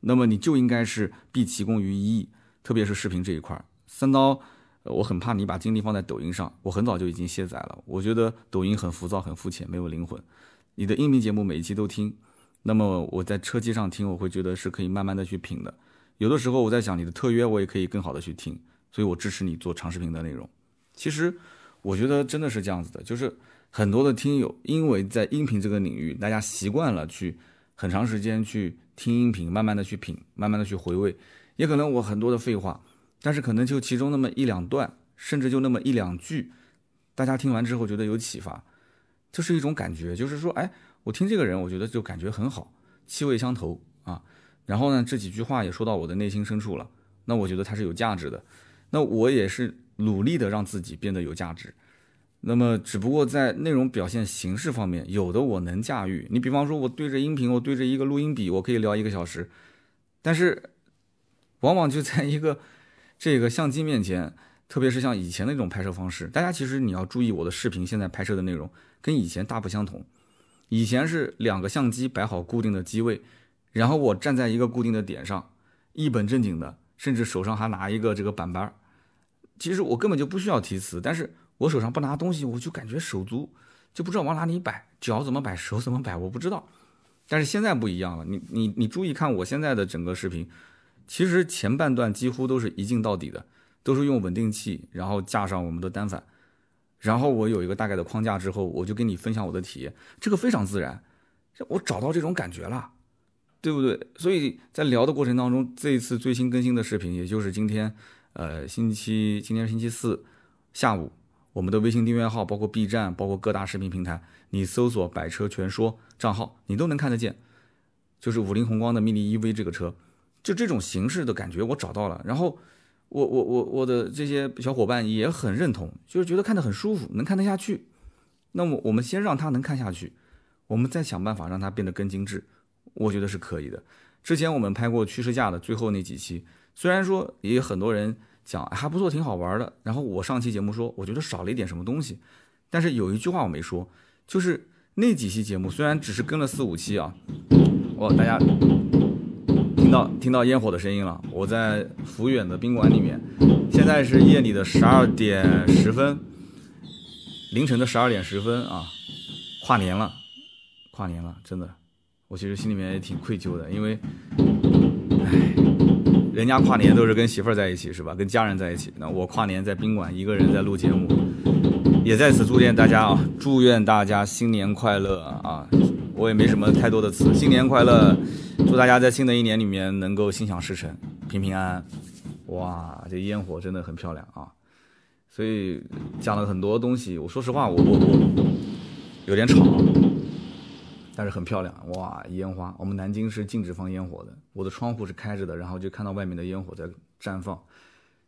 Speaker 1: 那么你就应该是毕其功于一役。特别是视频这一块，三刀，呃我很怕你把精力放在抖音上。我很早就已经卸载了，我觉得抖音很浮躁、很肤浅，没有灵魂。你的音频节目每一期都听，那么我在车机上听，我会觉得是可以慢慢的去品的。有的时候我在想，你的特约我也可以更好的去听，所以我支持你做长视频的内容。其实我觉得真的是这样子的，就是很多的听友因为在音频这个领域，大家习惯了去很长时间去听音频，慢慢的去品，慢慢的去回味。也可能我很多的废话，但是可能就其中那么一两段，甚至就那么一两句，大家听完之后觉得有启发，这是一种感觉，就是说，哎，我听这个人，我觉得就感觉很好，气味相投啊。然后呢，这几句话也说到我的内心深处了，那我觉得它是有价值的。那我也是努力的让自己变得有价值。那么，只不过在内容表现形式方面，有的我能驾驭。你比方说，我对着音频，我对着一个录音笔，我可以聊一个小时，但是。往往就在一个这个相机面前，特别是像以前那种拍摄方式，大家其实你要注意我的视频现在拍摄的内容跟以前大不相同。以前是两个相机摆好固定的机位，然后我站在一个固定的点上，一本正经的，甚至手上还拿一个这个板板儿。其实我根本就不需要提词，但是我手上不拿东西，我就感觉手足就不知道往哪里摆，脚怎么摆，手怎么摆，我不知道。但是现在不一样了，你你你注意看我现在的整个视频。其实前半段几乎都是一镜到底的，都是用稳定器，然后架上我们的单反，然后我有一个大概的框架之后，我就跟你分享我的体验，这个非常自然，我找到这种感觉了，对不对？所以在聊的过程当中，这一次最新更新的视频，也就是今天，呃，星期今天是星期四下午，我们的微信订阅号，包括 B 站，包括各大视频平台，你搜索“百车全说”账号，你都能看得见。就是五菱宏光的 mini EV 这个车，就这种形式的感觉我找到了，然后我我我我的这些小伙伴也很认同，就是觉得看得很舒服，能看得下去。那么我们先让它能看下去，我们再想办法让它变得更精致。我觉得是可以的。之前我们拍过趋势价的最后那几期，虽然说也有很多人讲、哎、还不错，挺好玩的。然后我上期节目说，我觉得少了一点什么东西，但是有一句话我没说，就是那几期节目虽然只是跟了四五期啊，哦，大家听到听到烟火的声音了，我在抚远的宾馆里面，现在是夜里的十二点十分，凌晨的十二点十分啊，跨年了，跨年了，真的。我其实心里面也挺愧疚的，因为，唉，人家跨年都是跟媳妇儿在一起，是吧？跟家人在一起。那我跨年在宾馆一个人在录节目，也在此祝愿大家啊，祝愿大家新年快乐啊！我也没什么太多的词，新年快乐，祝大家在新的一年里面能够心想事成，平平安安。哇，这烟火真的很漂亮啊！所以讲了很多东西，我说实话，我我我有点吵。啊但是很漂亮哇！烟花，我们南京是禁止放烟火的。我的窗户是开着的，然后就看到外面的烟火在绽放，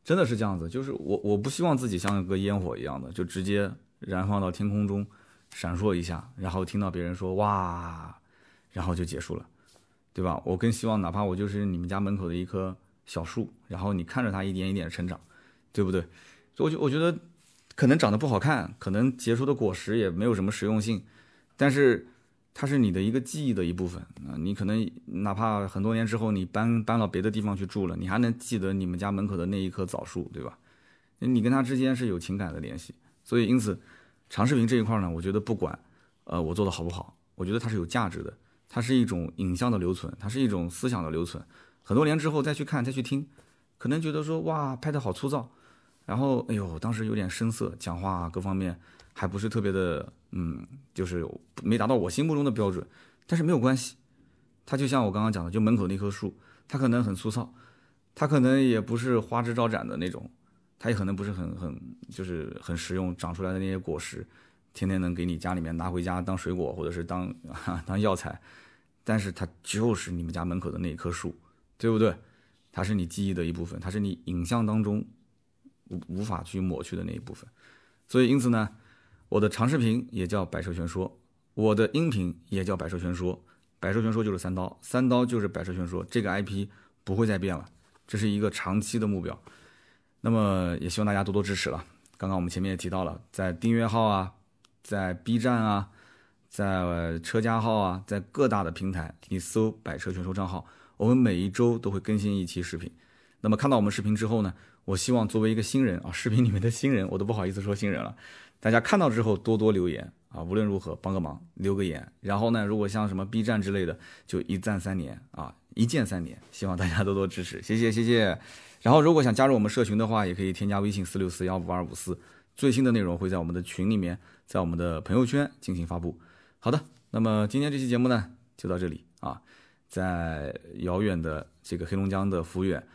Speaker 1: 真的是这样子。就是我我不希望自己像个烟火一样的，就直接燃放到天空中，闪烁一下，然后听到别人说哇，然后就结束了，对吧？我更希望哪怕我就是你们家门口的一棵小树，然后你看着它一点一点成长，对不对？所以我就我觉得可能长得不好看，可能结出的果实也没有什么实用性，但是。它是你的一个记忆的一部分啊、呃，你可能哪怕很多年之后你搬搬到别的地方去住了，你还能记得你们家门口的那一棵枣树，对吧？你跟它之间是有情感的联系，所以因此长视频这一块呢，我觉得不管呃我做的好不好，我觉得它是有价值的，它是一种影像的留存，它是一种思想的留存。很多年之后再去看再去听，可能觉得说哇拍的好粗糙，然后哎呦当时有点生涩，讲话啊各方面还不是特别的。嗯，就是没达到我心目中的标准，但是没有关系，它就像我刚刚讲的，就门口那棵树，它可能很粗糙，它可能也不是花枝招展的那种，它也可能不是很很就是很实用，长出来的那些果实，天天能给你家里面拿回家当水果或者是当 当药材，但是它就是你们家门口的那一棵树，对不对？它是你记忆的一部分，它是你影像当中无无法去抹去的那一部分，所以因此呢。我的长视频也叫百车全说，我的音频也叫百车全说。百车全说就是三刀，三刀就是百车全说，这个 IP 不会再变了，这是一个长期的目标。那么也希望大家多多支持了。刚刚我们前面也提到了，在订阅号啊，在 B 站啊，在车家号啊，在各大的平台，你搜百车全说账号，我们每一周都会更新一期视频。那么看到我们视频之后呢，我希望作为一个新人啊，视频里面的新人，我都不好意思说新人了。大家看到之后多多留言啊！无论如何帮个忙，留个言。然后呢，如果像什么 B 站之类的，就一赞三连啊，一键三连。希望大家多多支持，谢谢谢谢。然后如果想加入我们社群的话，也可以添加微信四六四幺五二五四，最新的内容会在我们的群里面，在我们的朋友圈进行发布。好的，那么今天这期节目呢就到这里啊，在遥远的这个黑龙江的抚远，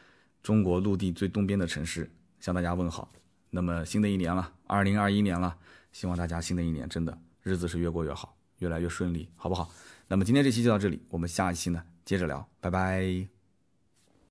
Speaker 1: 中国陆地最东边的城市，向大家问好。那么新的一年了，二零二一年了，希望大家新的一年真的日子是越过越好，越来越顺利，好不好？那么今天这期就到这里，我们下一期呢接着聊，拜拜。